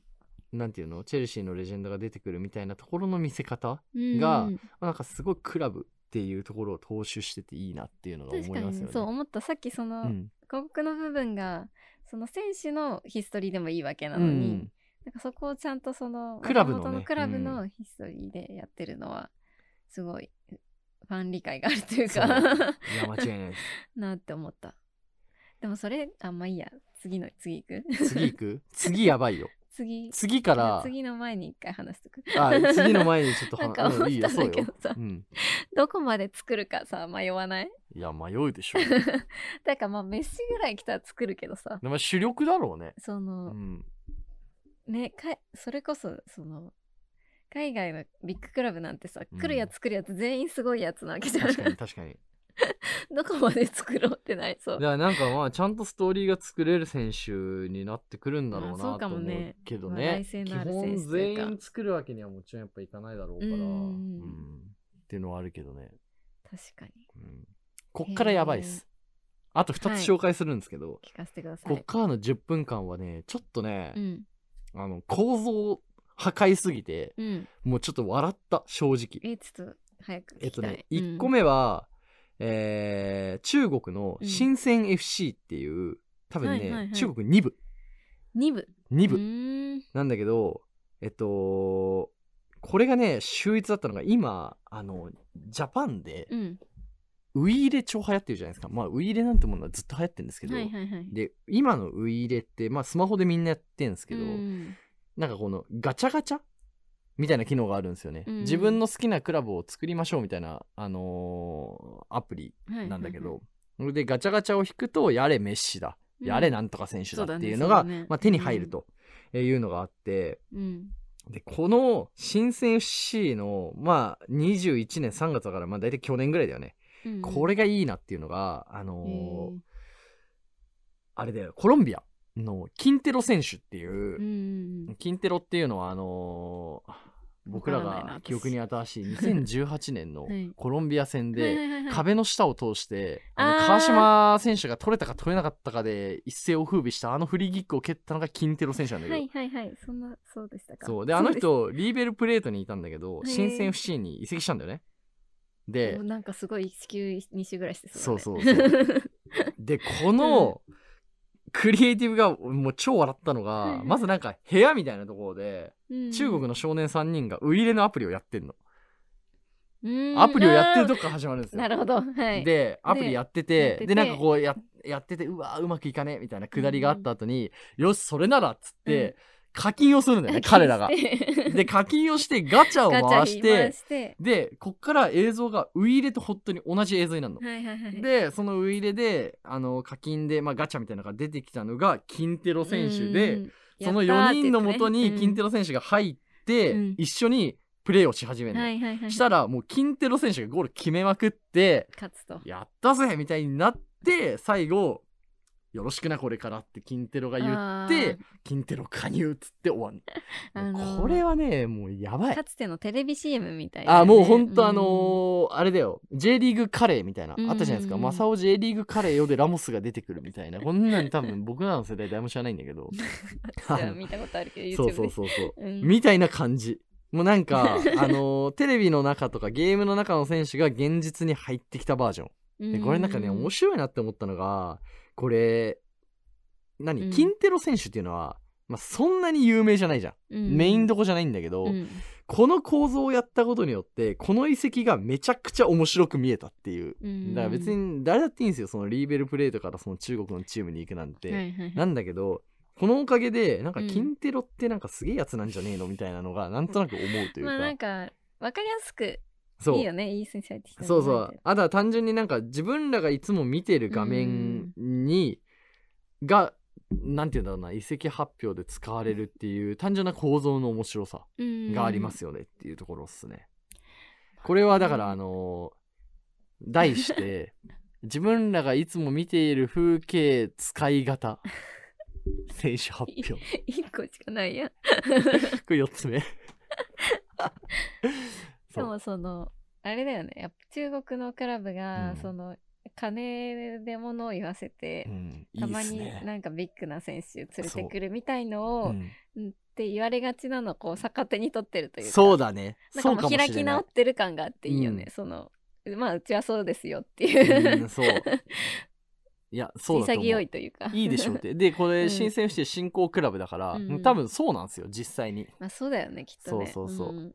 [SPEAKER 2] なんていうの、チェルシーのレジェンドが出てくるみたいなところの見せ方、
[SPEAKER 1] う。
[SPEAKER 2] が
[SPEAKER 1] うん
[SPEAKER 2] なんかすごいクラブっていうところを踏襲してていいなっていうのが思い
[SPEAKER 1] 確か
[SPEAKER 2] ます
[SPEAKER 1] に
[SPEAKER 2] よ
[SPEAKER 1] ね
[SPEAKER 2] ね。
[SPEAKER 1] そう思ったさっきその
[SPEAKER 2] う
[SPEAKER 1] 広
[SPEAKER 2] ん
[SPEAKER 1] 告の部分がその選手のヒストリーでもいいわけなのに。
[SPEAKER 2] うん
[SPEAKER 1] なんかそこをちゃんとその
[SPEAKER 2] クラブのね
[SPEAKER 1] 元々クラブ
[SPEAKER 2] う
[SPEAKER 1] のヒストリーでやってるのはすごいファン理解があるという
[SPEAKER 2] そうい
[SPEAKER 1] か
[SPEAKER 2] や、間違いないです。
[SPEAKER 1] なって思 ったでもそれあんまあいいや次の次行く
[SPEAKER 2] 次行く次やばいよ。
[SPEAKER 1] 次
[SPEAKER 2] 次か
[SPEAKER 1] いや
[SPEAKER 2] ら
[SPEAKER 1] 次の前に一回話しとく
[SPEAKER 2] あ次の前にちょっ と
[SPEAKER 1] なん
[SPEAKER 2] は
[SPEAKER 1] か思
[SPEAKER 2] う
[SPEAKER 1] っ
[SPEAKER 2] んいい
[SPEAKER 1] た
[SPEAKER 2] よ
[SPEAKER 1] ん
[SPEAKER 2] そ
[SPEAKER 1] だ
[SPEAKER 2] うよ
[SPEAKER 1] けどさ
[SPEAKER 2] うん
[SPEAKER 1] どこまで作るかさ迷わない
[SPEAKER 2] いや迷うでしょ
[SPEAKER 1] だからまあ飯ぐらい来たら作るけどさ
[SPEAKER 2] でも主力だろうね
[SPEAKER 1] そうの、
[SPEAKER 2] ん
[SPEAKER 1] ねかそれこそその海外のビッグクラブなんてさ、
[SPEAKER 2] うん
[SPEAKER 1] 来るやつ来るやつ全員すごいやつなわけじゃん
[SPEAKER 2] 確かに確かに
[SPEAKER 1] どこまで作ろうってないそ
[SPEAKER 2] だ
[SPEAKER 1] う
[SPEAKER 2] からなんかまあちゃんとストーリーが作れる選手になってくるんだろう
[SPEAKER 1] まあそう
[SPEAKER 2] な
[SPEAKER 1] か
[SPEAKER 2] と
[SPEAKER 1] も
[SPEAKER 2] 思
[SPEAKER 1] ね
[SPEAKER 2] うけど
[SPEAKER 1] まあ
[SPEAKER 2] ね
[SPEAKER 1] 来世
[SPEAKER 2] 基
[SPEAKER 1] のある
[SPEAKER 2] 本
[SPEAKER 1] 選手というか
[SPEAKER 2] 全員作るわけにはもちろんやっぱいかないだろうから
[SPEAKER 1] う
[SPEAKER 2] うんんっていうのはあるけどね
[SPEAKER 1] 確かに
[SPEAKER 2] うんこっからやばいですあと2つ紹介するんですけど
[SPEAKER 1] 聞かせてくださ
[SPEAKER 2] こっ
[SPEAKER 1] い
[SPEAKER 2] からの10分間はねちょっとね
[SPEAKER 1] うん
[SPEAKER 2] あの構造破壊すぎて
[SPEAKER 1] うん
[SPEAKER 2] もうちょっと笑った正直
[SPEAKER 1] えちょっと早く聞きたい
[SPEAKER 2] えっとね1個
[SPEAKER 1] 目
[SPEAKER 2] 目は、えー中国の深セン FC っていう、多分ね、
[SPEAKER 1] はいはいはい
[SPEAKER 2] 中国2部
[SPEAKER 1] 2部
[SPEAKER 2] 2
[SPEAKER 1] う
[SPEAKER 2] 部
[SPEAKER 1] ーん
[SPEAKER 2] なんだけど、えっとこれがね秀逸だったのが今あのジャパンで
[SPEAKER 1] うん
[SPEAKER 2] ウイイレ超流行ってるじゃないですかまあウイイレなんてものはずっと流行ってるんですけど、
[SPEAKER 1] はいはいはい
[SPEAKER 2] で今のウイイレって、まあ、スマホでみんなやってるんですけど、
[SPEAKER 1] うん
[SPEAKER 2] なんかこのガチャガチャみたいな機能があるんですよね、
[SPEAKER 1] うん
[SPEAKER 2] 自分の好きなクラブを作りましょうみたいな、あのーアプリ
[SPEAKER 1] はいはいはい
[SPEAKER 2] なんだけど、それでガチャガチャを引くとやれメッシだ、
[SPEAKER 1] うん
[SPEAKER 2] やれなんとか選手だ
[SPEAKER 1] そうだね
[SPEAKER 2] っていうのが
[SPEAKER 1] そうだね
[SPEAKER 2] まあ、手に入るというのがあって、
[SPEAKER 1] うん
[SPEAKER 2] でこの新鮮 FC の、まあ、21年3月だから、まあ、大体去年ぐらいだよね、
[SPEAKER 1] うん
[SPEAKER 2] これがいいなっていうのが、あのーあれだよコロンビアのキンテロ選手っていう。
[SPEAKER 1] うんうんうん
[SPEAKER 2] キンテロっていうのはあのー僕ら
[SPEAKER 1] わからないな
[SPEAKER 2] が
[SPEAKER 1] 私
[SPEAKER 2] 記憶に 新しい2018年の
[SPEAKER 1] はい
[SPEAKER 2] コロンビア戦
[SPEAKER 1] はい
[SPEAKER 2] で
[SPEAKER 1] はいはいはい
[SPEAKER 2] 壁の下を通して
[SPEAKER 1] あ
[SPEAKER 2] あ
[SPEAKER 1] ー
[SPEAKER 2] の川島選手が取れたか取れなかったかで一世を風靡したあのフリーキックを蹴ったのがキンテロ選手なんだけど、
[SPEAKER 1] はいはいはいそんなそうでしたか
[SPEAKER 2] そうであの人リーベルプレートにいたんだけど
[SPEAKER 1] へー
[SPEAKER 2] 新鮮 FC に移籍したんだよね。
[SPEAKER 1] で
[SPEAKER 2] です
[SPEAKER 1] なんかすごい1級2週ぐらいしてだね
[SPEAKER 2] そうそう でこのクリエイティブがもう超笑ったの
[SPEAKER 1] はい
[SPEAKER 2] が
[SPEAKER 1] はい
[SPEAKER 2] まずなんか部屋みたいなところで
[SPEAKER 1] うん
[SPEAKER 2] 中国の少年3人が売り入れのアプリをやってんの。
[SPEAKER 1] うん
[SPEAKER 2] アプリをやってるとこから始まるんですよ。
[SPEAKER 1] なるほどはい
[SPEAKER 2] でアプリやってて
[SPEAKER 1] やっ
[SPEAKER 2] で
[SPEAKER 1] てて
[SPEAKER 2] なんかこうややっててうわーうまくいかねえみたいなくだりがあった後に、よしそれならっつって、課金をするんだ よね彼らが。
[SPEAKER 1] で
[SPEAKER 2] で課金をしてガチャを
[SPEAKER 1] ガチャ
[SPEAKER 2] 回
[SPEAKER 1] 引
[SPEAKER 2] し
[SPEAKER 1] い
[SPEAKER 2] て
[SPEAKER 1] 回して
[SPEAKER 2] でこっから映像がウイイレと本当に同じ映像になるの。
[SPEAKER 1] はいはいはい
[SPEAKER 2] でそのウイイレであの課金で、まあ、ガチャみたいなのが出てきたのがキンテロ選手で、
[SPEAKER 1] うん
[SPEAKER 2] その4人のもとにキンテ
[SPEAKER 1] ロ
[SPEAKER 2] ロ選手が入って、
[SPEAKER 1] うん
[SPEAKER 2] 一緒にプレーをし始めるの。
[SPEAKER 1] はいはいはい
[SPEAKER 2] したらもうキンテロ選手がゴール決めまくって
[SPEAKER 1] 勝つと
[SPEAKER 2] やったぜみたいになって最後よろしくなこれからってキンテロが言ってキンテロ加入っつって終わん
[SPEAKER 1] あー
[SPEAKER 2] の、
[SPEAKER 1] あのー
[SPEAKER 2] これはねもうやばい
[SPEAKER 1] かつてのテレビ CM みたいなね
[SPEAKER 2] あーもうほんとあの
[SPEAKER 1] うん
[SPEAKER 2] ーあれだよ J リーグカレーみたいな
[SPEAKER 1] うん
[SPEAKER 2] あったじゃないですかマサオ J リーグカレーよでラモスが出てくるみたいなこんなん多分僕らの世代誰も知らないんだけど
[SPEAKER 1] 私は見たことあるけど YouTube
[SPEAKER 2] そうそう
[SPEAKER 1] う
[SPEAKER 2] そうそう
[SPEAKER 1] うん
[SPEAKER 2] みたいな感じ。もうな んか、あのーテレビの中とかゲームの中の選手が現実に入ってきたバージョン。で、これなんかね、面白いなって思ったのが、これ、何、
[SPEAKER 1] うん
[SPEAKER 2] キンテロ選手っていうのは、まあ、そんなに有名じゃないじゃん。
[SPEAKER 1] うん
[SPEAKER 2] メインどこじゃないんだけど、
[SPEAKER 1] うん
[SPEAKER 2] この構造をやったことによって、この遺跡がめちゃくちゃ面白く見えたっていう。
[SPEAKER 1] うん
[SPEAKER 2] だから別に誰だっていいんですよ、そのリーベルプレートからその中国のチームに行くなんて。
[SPEAKER 1] はいはいはい
[SPEAKER 2] なんだけど、このおかげで、なんか、
[SPEAKER 1] うん
[SPEAKER 2] キンテロってなんかすげえやつなんじゃねえのみたいなのが、なんとなく思うとい う
[SPEAKER 1] ま
[SPEAKER 2] か。
[SPEAKER 1] あなんかわかりやすく
[SPEAKER 2] そう
[SPEAKER 1] いいよねいい先生入ってきたね
[SPEAKER 2] そうそう
[SPEAKER 1] みたい。
[SPEAKER 2] あとは単純になんか、自分らがいつも見てる画面に、が、なんていうんだろうな、移籍発表で使われるっていう、単純な構造の面白さ
[SPEAKER 1] なうん
[SPEAKER 2] がありますよねっていうところっすね。これはだから、あのー 題して、自分らがいつも見ている風景使い方、 選手発表。
[SPEAKER 1] 一個しかないやん
[SPEAKER 2] これ4つ目
[SPEAKER 1] で
[SPEAKER 2] そう
[SPEAKER 1] もそのあれだよねやっぱ中国のクラブが、
[SPEAKER 2] うん
[SPEAKER 1] その金で物を言わせて
[SPEAKER 2] う、んい
[SPEAKER 1] た
[SPEAKER 2] いっ
[SPEAKER 1] ますに
[SPEAKER 2] ね
[SPEAKER 1] なんかビッグな選手連れて
[SPEAKER 2] そう
[SPEAKER 1] くるみたいのを、
[SPEAKER 2] う
[SPEAKER 1] うん
[SPEAKER 2] ん
[SPEAKER 1] って言われがちなのをこう逆手に取ってるというか
[SPEAKER 2] そうだね
[SPEAKER 1] なん
[SPEAKER 2] そ
[SPEAKER 1] か
[SPEAKER 2] う
[SPEAKER 1] も
[SPEAKER 2] か
[SPEAKER 1] う
[SPEAKER 2] もしれない
[SPEAKER 1] 開き直ってる感があっていいよね、
[SPEAKER 2] う
[SPEAKER 1] そのまあうちはそうですよっていう
[SPEAKER 2] う、んそういやそうだと思う
[SPEAKER 1] 潔いというか
[SPEAKER 2] いいでしょうってでこ
[SPEAKER 1] う
[SPEAKER 2] れ
[SPEAKER 1] ん
[SPEAKER 2] 新選して新興クラブだから、
[SPEAKER 1] うんうん
[SPEAKER 2] 多分そうなんですよ実際に
[SPEAKER 1] まあそうだよねきっとね
[SPEAKER 2] そうそうそうん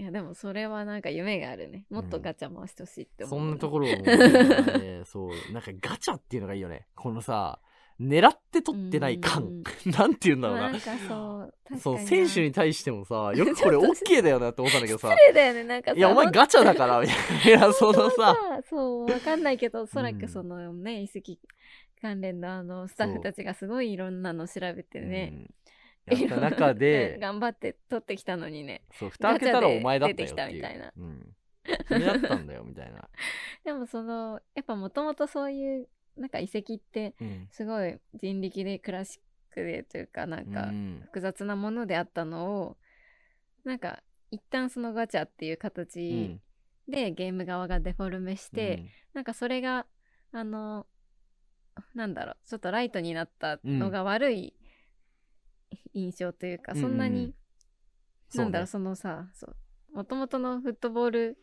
[SPEAKER 1] いやでもそれはなんか夢があるねもっとガチャ回してほしいって思、
[SPEAKER 2] そう んなところをもう、ね、そうなんかガチャっていうのがいいよねこのさ狙って取ってない感 なんて言うんだろう
[SPEAKER 1] まあ
[SPEAKER 2] な
[SPEAKER 1] なんかそう確かに
[SPEAKER 2] そう
[SPEAKER 1] な
[SPEAKER 2] 選手に対してもさよくこれ
[SPEAKER 1] ちょっと
[SPEAKER 2] OK だよなって思ったんだけどさ
[SPEAKER 1] 失礼だよねなんかさ
[SPEAKER 2] いやお前
[SPEAKER 1] 本
[SPEAKER 2] ガチャだからみたいなその
[SPEAKER 1] 当は
[SPEAKER 2] さ
[SPEAKER 1] さそうわかんないけどおそら
[SPEAKER 2] う
[SPEAKER 1] く
[SPEAKER 2] ん
[SPEAKER 1] そのね遺跡関連のあのスタッ
[SPEAKER 2] そ
[SPEAKER 1] フ
[SPEAKER 2] う
[SPEAKER 1] たちがすごいいろんなの調べてね、
[SPEAKER 2] うん
[SPEAKER 1] いろ
[SPEAKER 2] やっ
[SPEAKER 1] ん
[SPEAKER 2] た
[SPEAKER 1] な
[SPEAKER 2] 中で
[SPEAKER 1] 頑張って取ってきたのにね
[SPEAKER 2] そう蓋開けたらお前だったよって
[SPEAKER 1] ガチャで出てき
[SPEAKER 2] い
[SPEAKER 1] たみたいうな、
[SPEAKER 2] うん、君だったんだよみたいな、
[SPEAKER 1] でもそのやっぱもともとそういうなんか遺跡って
[SPEAKER 2] うん
[SPEAKER 1] すごい人力でクラシックでというか なん
[SPEAKER 2] う
[SPEAKER 1] か
[SPEAKER 2] ん
[SPEAKER 1] 複雑なものであったのをなんか一旦そのガチャっていう形でゲーム側がデフォルメして、なんかそれがあのなんだろうちょっとライトになったのが悪い印象というか、そんな
[SPEAKER 2] うんうん
[SPEAKER 1] に、
[SPEAKER 2] そうね
[SPEAKER 1] なんだろうそのさもともとのフットボール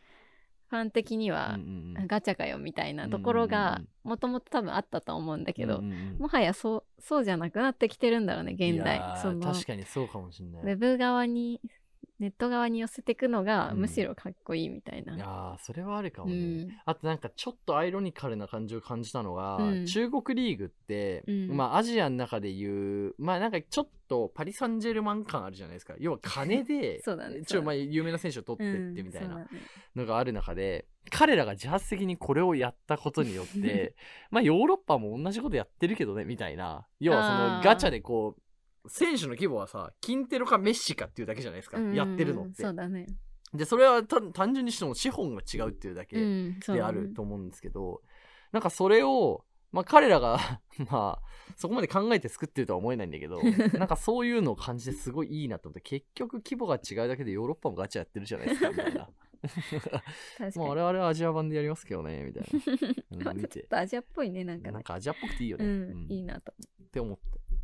[SPEAKER 1] ファン的には
[SPEAKER 2] う、んうんうん
[SPEAKER 1] ガチャかよみたいなところ
[SPEAKER 2] うん
[SPEAKER 1] が
[SPEAKER 2] うん
[SPEAKER 1] もともと多分あったと思うんだけど、
[SPEAKER 2] うんうんうん
[SPEAKER 1] もはやそうそうじゃなくなってきてるんだろうね現
[SPEAKER 2] い
[SPEAKER 1] 代
[SPEAKER 2] やー
[SPEAKER 1] その
[SPEAKER 2] 確かにそうかもしんない
[SPEAKER 1] ウェブ側にネット側に寄せていくのが
[SPEAKER 2] うん
[SPEAKER 1] むしろかっこいいみたいな。
[SPEAKER 2] いやーそれはあるか
[SPEAKER 1] う
[SPEAKER 2] もね、
[SPEAKER 1] ん
[SPEAKER 2] あとなんかちょっとアイロニカルな感じを感じたのが、
[SPEAKER 1] うん
[SPEAKER 2] 中国リーグって、
[SPEAKER 1] うん
[SPEAKER 2] まあアジアの中でいうまあなんかちょっとパリ・サンジェルマン感あるじゃないですか要は金で
[SPEAKER 1] そうだね
[SPEAKER 2] ちょ
[SPEAKER 1] そうだね
[SPEAKER 2] まあ有名な選手を取ってってみたい
[SPEAKER 1] うん
[SPEAKER 2] な
[SPEAKER 1] そうだね
[SPEAKER 2] のがある中で、彼らが自発的にこれをやったことによって まあヨーロッパも同じことやってるけどねみたいな要はそ
[SPEAKER 1] あ
[SPEAKER 2] の
[SPEAKER 1] ー
[SPEAKER 2] ガチャでこう選手の規模はさキンテロかメッシかっていうだけじゃないですか、
[SPEAKER 1] うん
[SPEAKER 2] やってるのって
[SPEAKER 1] そうだね。
[SPEAKER 2] でそれは単単純にしても資本が違うっていうだけ
[SPEAKER 1] うんそう
[SPEAKER 2] で
[SPEAKER 1] だ
[SPEAKER 2] あ
[SPEAKER 1] ね
[SPEAKER 2] ると思うんですけど、なんかそれを、まあ、彼らが まあそこまで考えて作ってるとは思えないんだ けどなんかそういうのを感じてすごいいいなと思って結局規模が違うだけでヨーロッパもガチャやってるじゃないですかみたいな
[SPEAKER 1] 確か
[SPEAKER 2] まあ
[SPEAKER 1] に。
[SPEAKER 2] 我々はアジア版でやりますけどねみたい な、うん、見
[SPEAKER 1] ちょってとアジアっぽいね、なんか
[SPEAKER 2] な
[SPEAKER 1] ね
[SPEAKER 2] ん。かアジアっぽくていいよ
[SPEAKER 1] う
[SPEAKER 2] ね、
[SPEAKER 1] ん、
[SPEAKER 2] うん
[SPEAKER 1] いいなと。
[SPEAKER 2] って思って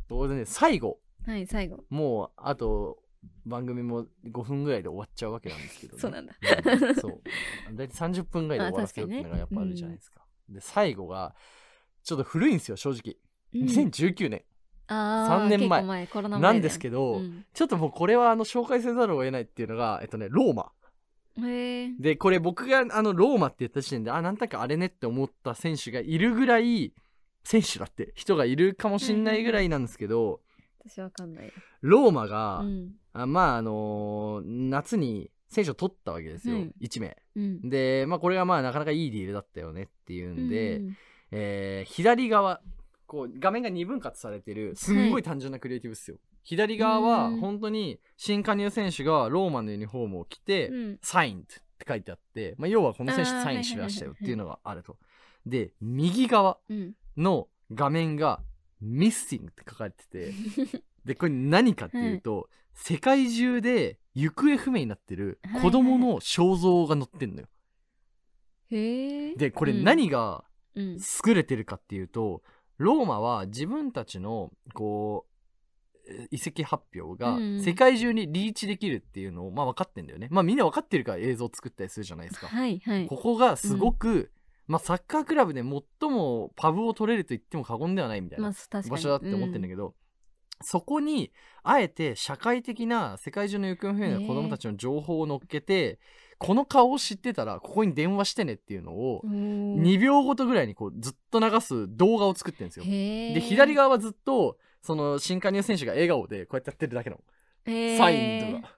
[SPEAKER 2] 当然ね最後
[SPEAKER 1] はい、最後。
[SPEAKER 2] もうあと番組も5分ぐらいで終わっちゃうわけなんですけど、ね、
[SPEAKER 1] そうなんだ。
[SPEAKER 2] う んそう。大体30分ぐらいで終わらせようっていうのが
[SPEAKER 1] あ
[SPEAKER 2] やっ
[SPEAKER 1] 確かにね
[SPEAKER 2] ぱあるじゃないですか。で、最後が、ちょっと古いんですよ、正直。
[SPEAKER 1] うん
[SPEAKER 2] 2019年。
[SPEAKER 1] あー
[SPEAKER 2] 3年前
[SPEAKER 1] 結構コロナ前だ
[SPEAKER 2] な
[SPEAKER 1] よ
[SPEAKER 2] んですけど、
[SPEAKER 1] うん
[SPEAKER 2] ちょっともうこれはあの紹介せざるを得ないっていうのが、えっとね、ローマ。
[SPEAKER 1] へえ。
[SPEAKER 2] で、これ僕があのローマって言った時点で、あ、なんだかあれねって思った選手がいるぐらい、選手だって人がいるかもしんないぐらいなんですけど、
[SPEAKER 1] 私わかんない。
[SPEAKER 2] ローマが、
[SPEAKER 1] うん。
[SPEAKER 2] あまああのー夏に選手を取ったわけですよ、
[SPEAKER 1] うん
[SPEAKER 2] 1名。
[SPEAKER 1] うん。
[SPEAKER 2] で、まあこれがまあなかなかいいディールだったよねっていうんで、
[SPEAKER 1] うん
[SPEAKER 2] えー左側こう画面が二分割されてるすんごい単純なクリエイティブっすよ、左側は
[SPEAKER 1] うん
[SPEAKER 2] 本当に新加入選手がローマのユニフォームを着て「
[SPEAKER 1] うん
[SPEAKER 2] サイン」って書いてあって、まあ、要はこの選手
[SPEAKER 1] あー
[SPEAKER 2] サインしましたよっていうのがあるとで右側
[SPEAKER 1] うん。
[SPEAKER 2] の画面が「ミッシング」って書かれて てでこれ何かっていうと、世界中で行方不明になってる子供の肖像が載ってんのよ
[SPEAKER 1] へえ。
[SPEAKER 2] でこれ何が、
[SPEAKER 1] うん。
[SPEAKER 2] 優れてるかっていうとローマは自分たちのこうえー遺跡発表が
[SPEAKER 1] うん
[SPEAKER 2] 世界中にリーチできるっていうのを、まあ分かってんだよねまあみんな分かってるから映像作ったりするじゃないですか、
[SPEAKER 1] はいはい。
[SPEAKER 2] ここがすごく、まあサッカークラブで最もパブを取れると言っても過言ではないみたい
[SPEAKER 1] まあ、
[SPEAKER 2] な
[SPEAKER 1] 確かに。
[SPEAKER 2] 場所だって思ってるんだ
[SPEAKER 1] け
[SPEAKER 2] けど、そこにあえて社会的な世界中の行方不明な子供たちの情報を乗っけて、この顔を知ってたらここに電話してねっていうのを、
[SPEAKER 1] ど。うん
[SPEAKER 2] 2秒ごとぐらいにこうずっと流す動画を作ってるんですよ。
[SPEAKER 1] へえ。
[SPEAKER 2] で左側はずっとその新加入選手が笑顔でこうやってやってるだけの
[SPEAKER 1] へー、
[SPEAKER 2] サインとか。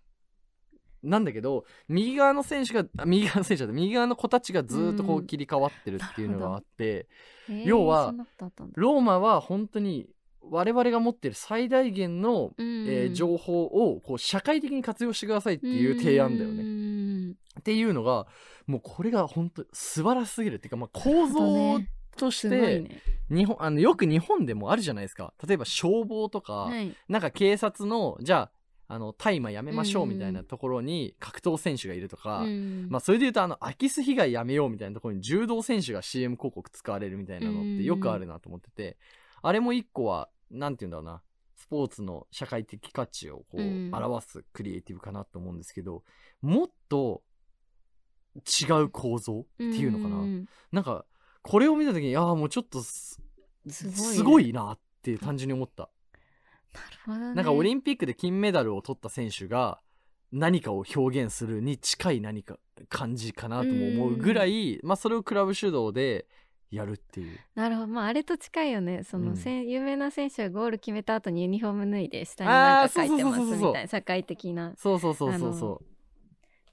[SPEAKER 2] なんだけど右側の選手があ右側の選手だ右側の子たちがずっとこ
[SPEAKER 1] う
[SPEAKER 2] うん切り替わってるっていうのがあって、
[SPEAKER 1] へー
[SPEAKER 2] 要は
[SPEAKER 1] そんなことあったんだ
[SPEAKER 2] ローマは本当に我々が持ってる最大限の、
[SPEAKER 1] うん
[SPEAKER 2] えー情報をこう社会的に活用してくださいっていう提案だよね。
[SPEAKER 1] ね。
[SPEAKER 2] っていうのがもうこれが本当素晴らしすぎるっていうか、まあ、構
[SPEAKER 1] なるほど
[SPEAKER 2] 造
[SPEAKER 1] ね
[SPEAKER 2] とし
[SPEAKER 1] す
[SPEAKER 2] て、
[SPEAKER 1] ごいね。
[SPEAKER 2] 日本あのよく日本でもあるじゃないですか例えば消防とか、
[SPEAKER 1] はい。
[SPEAKER 2] なんか警察のじゃああの大麻やめましょう
[SPEAKER 1] うんうん
[SPEAKER 2] みたいなところに格闘選手がいるとか、
[SPEAKER 1] うん
[SPEAKER 2] まあ、それで言うとあの空き巣被害やめようみたいなところに柔道選手が CM 広告使われるみたいなのってよくあるなと思ってて、あれも一個はなんて言うんだろうなスポーツの社会的価値をこ
[SPEAKER 1] うん
[SPEAKER 2] う表すクリエイティブかなと思うんですけど、もっと違う構造っていうのかな。
[SPEAKER 1] ん
[SPEAKER 2] なんかこれを見た時にああもうちょっとす
[SPEAKER 1] すごいね
[SPEAKER 2] すごいなって単純に思った、
[SPEAKER 1] なるほどね。
[SPEAKER 2] なんかオリ
[SPEAKER 1] ン
[SPEAKER 2] ンピックで金メダルを取った選手が何かを表現するに近い何か感じかなとも思うぐらい、まあ、それをクラブ主導でやるっていう。
[SPEAKER 1] なるほどまああれと近いよねその、
[SPEAKER 2] うん
[SPEAKER 1] せん有名な選手がゴール決めた後にユニフォーム脱いで下になんか書いてます
[SPEAKER 2] あーそうそうそうそうそう
[SPEAKER 1] みたいな社会的な
[SPEAKER 2] そうそうそうそうそ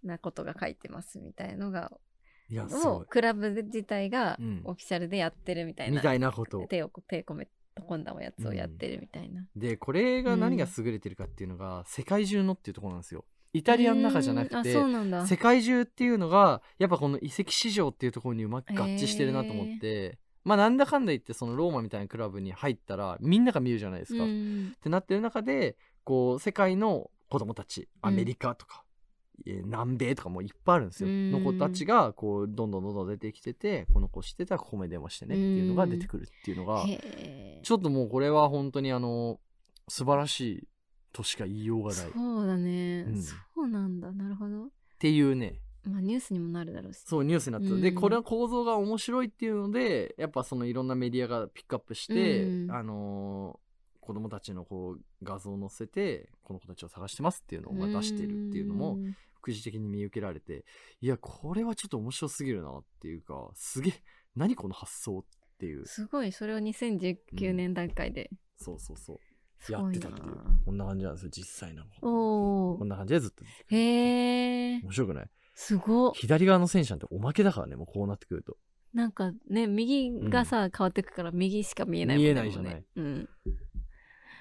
[SPEAKER 1] なことが書いてますみたいのが
[SPEAKER 2] う。いや、す
[SPEAKER 1] を
[SPEAKER 2] ごい。
[SPEAKER 1] クラブ自体が
[SPEAKER 2] うん
[SPEAKER 1] オフィシャルでやってるみたい
[SPEAKER 2] み
[SPEAKER 1] な、
[SPEAKER 2] たいなこと。
[SPEAKER 1] 手を手込め込んだおやつをやってるみたいな。
[SPEAKER 2] で、これが何が優れてるかっていうのが、世界中のっていうところなんですよ。イタリアの中じゃな
[SPEAKER 1] うーん
[SPEAKER 2] く
[SPEAKER 1] あ
[SPEAKER 2] て
[SPEAKER 1] そ、うなんだ
[SPEAKER 2] 世界中っていうのがやっぱこの遺跡市場っていうところにうまく合致してるなと思って、まあなんだかんだ言ってそのローマみたいなクラブに入ったらみんなが見るじゃないですか。
[SPEAKER 1] う
[SPEAKER 2] っ
[SPEAKER 1] ん
[SPEAKER 2] てなってる中でこう世界の子供たちアメリカとか、えー南米とかもういっぱいあるんですよ。
[SPEAKER 1] うん
[SPEAKER 2] の子たちがこうどんどんどんどん出てきててこの子知ってたらここまで電話してねっていうのが出てくるっていうのが
[SPEAKER 1] へー
[SPEAKER 2] ちょっともうこれは本当にあの素晴らしいとしか言いようがないっ
[SPEAKER 1] そうだね、
[SPEAKER 2] うん
[SPEAKER 1] そうなんだなるほど
[SPEAKER 2] ていうね
[SPEAKER 1] まあニュースにもなるだろうし
[SPEAKER 2] そうニュースになってた、
[SPEAKER 1] うん
[SPEAKER 2] でこれの構造が面白いっていうのでやっぱそのいろんなメディアがピックアップして、
[SPEAKER 1] うん
[SPEAKER 2] あのー子供たちのこう画像を載せてこの子たちを探してますっていうのをまあ出してるっていうのも
[SPEAKER 1] ん
[SPEAKER 2] 副次的に見受けられていやこれはちょっと面白すぎるなっていうかすげえ何この発想っていう
[SPEAKER 1] すごいそれを2019年段階で、
[SPEAKER 2] そうそうそう
[SPEAKER 1] す
[SPEAKER 2] や
[SPEAKER 1] ご
[SPEAKER 2] っ
[SPEAKER 1] い
[SPEAKER 2] て
[SPEAKER 1] な
[SPEAKER 2] たっていうこんな感じなんですよ実際なの
[SPEAKER 1] お
[SPEAKER 2] こ
[SPEAKER 1] お
[SPEAKER 2] んな感じでずっと
[SPEAKER 1] へえ
[SPEAKER 2] 面白くない
[SPEAKER 1] すごっ
[SPEAKER 2] 左側の戦車なんておまけだからねもうこうなってくると
[SPEAKER 1] なんかね右がさ、変わってくから右しか見えないもん
[SPEAKER 2] 見
[SPEAKER 1] ね
[SPEAKER 2] えないじゃない
[SPEAKER 1] もうねうんな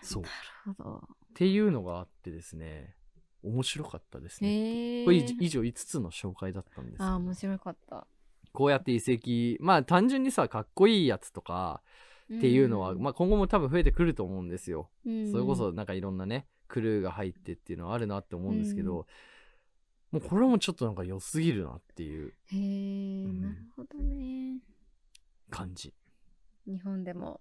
[SPEAKER 2] そう
[SPEAKER 1] るほど
[SPEAKER 2] っていうのがあってですね面白かったですね。
[SPEAKER 1] へえ
[SPEAKER 2] これ以以上5つの紹介だったんですけど
[SPEAKER 1] あー面白かった
[SPEAKER 2] こうやって遺跡まあ単純にさかっこいいやつとかっていうのは、
[SPEAKER 1] ん
[SPEAKER 2] まあ、今後も多分増えてくると思うんですよ。
[SPEAKER 1] うん
[SPEAKER 2] それこそなんかいろんなねクルーが入ってっていうのはあるなって思うんですけど、もうこれもちょっとなんか良すぎるなっていう
[SPEAKER 1] へえ、
[SPEAKER 2] うん
[SPEAKER 1] なるほどね
[SPEAKER 2] 感じ。
[SPEAKER 1] 日本でも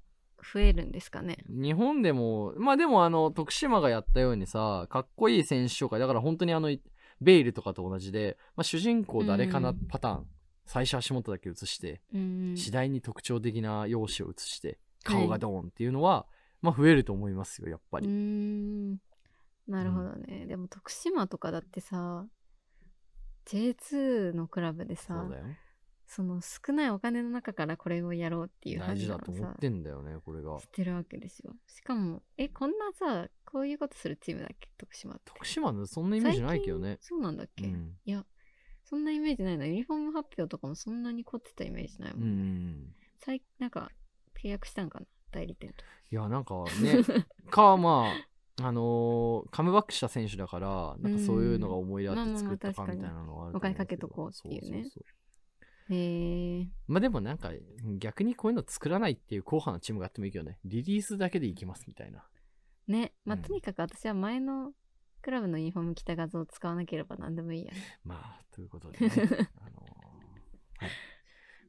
[SPEAKER 1] 増えるんですかね
[SPEAKER 2] 日本でもまあでもあの徳島がやったようにさかっこいい選手紹介だから本当にあのいベイルとかと同じで、まあ、主人公誰かな
[SPEAKER 1] うん
[SPEAKER 2] パターン、最初足元だけ映して
[SPEAKER 1] うん
[SPEAKER 2] 次第に特徴的な容姿を映して顔がドーンっていうのは、まあ増えると思いますよやっぱ
[SPEAKER 1] うー
[SPEAKER 2] り。
[SPEAKER 1] んなるほどね、でも徳島とかだってさ J2 のクラブで
[SPEAKER 2] そ
[SPEAKER 1] さ
[SPEAKER 2] うだよ
[SPEAKER 1] その少ないお金の中からこれをやろうっていう
[SPEAKER 2] 大事だ
[SPEAKER 1] 判
[SPEAKER 2] と
[SPEAKER 1] 断を
[SPEAKER 2] 思
[SPEAKER 1] さ
[SPEAKER 2] ってんだよねこれが
[SPEAKER 1] し。てるわけですよしかもえこんなさこういうことするチームだっけ徳島って
[SPEAKER 2] 徳島のそんなイメージないけどね
[SPEAKER 1] 最。近そうなんだっけ、
[SPEAKER 2] うん
[SPEAKER 1] いやそんなイメージないなユニフォーム発表とかもそんなに凝ってたイメージないも、
[SPEAKER 2] うんんうんうん
[SPEAKER 1] 最なんか契約したんかな代理店と
[SPEAKER 2] いやなんかね かまああのーカムバックした選手だからなんかそういうのが思い出って作ったか
[SPEAKER 1] うん
[SPEAKER 2] み
[SPEAKER 1] まあまあまあ
[SPEAKER 2] たいなのがあ
[SPEAKER 1] 確かに
[SPEAKER 2] る思うんですけど
[SPEAKER 1] お金かけとこうっていうね
[SPEAKER 2] そそそ
[SPEAKER 1] へえ
[SPEAKER 2] まあでもなんか逆にこういうの作らないっていう硬派なチームがあってもいいけどねリリースだけでいきますみたいな
[SPEAKER 1] ねまあ、
[SPEAKER 2] うん
[SPEAKER 1] とにかく私は前のクラブのユニフォーム着た画像を使わなければ何でもいいやね
[SPEAKER 2] まあというこ とでねあのーはい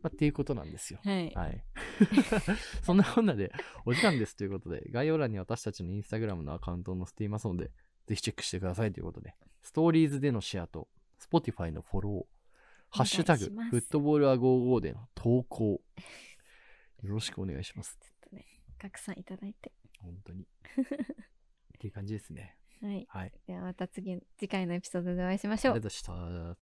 [SPEAKER 2] まあっていうことなんですよ
[SPEAKER 1] はい
[SPEAKER 2] はい。 そんなこんなでお時間ですということで、概要欄に私たちのインスタグラムのアカウントを載せていますので、ぜひチェックしてくださいということで、ストーリーズでのシェアと、Spotify のフォロー、ハッシュタグ、
[SPEAKER 1] お願いし
[SPEAKER 2] フ
[SPEAKER 1] ま
[SPEAKER 2] ッ
[SPEAKER 1] す
[SPEAKER 2] トボールは55での投稿、よろしくお願いします。
[SPEAKER 1] ちょっとね拡散いただいて
[SPEAKER 2] 本 当に。っていう感じですね。
[SPEAKER 1] はい
[SPEAKER 2] はい。
[SPEAKER 1] ではまた次次回のエピソードでお会いしまし
[SPEAKER 2] あ
[SPEAKER 1] ょ
[SPEAKER 2] り
[SPEAKER 1] う
[SPEAKER 2] がとうございました。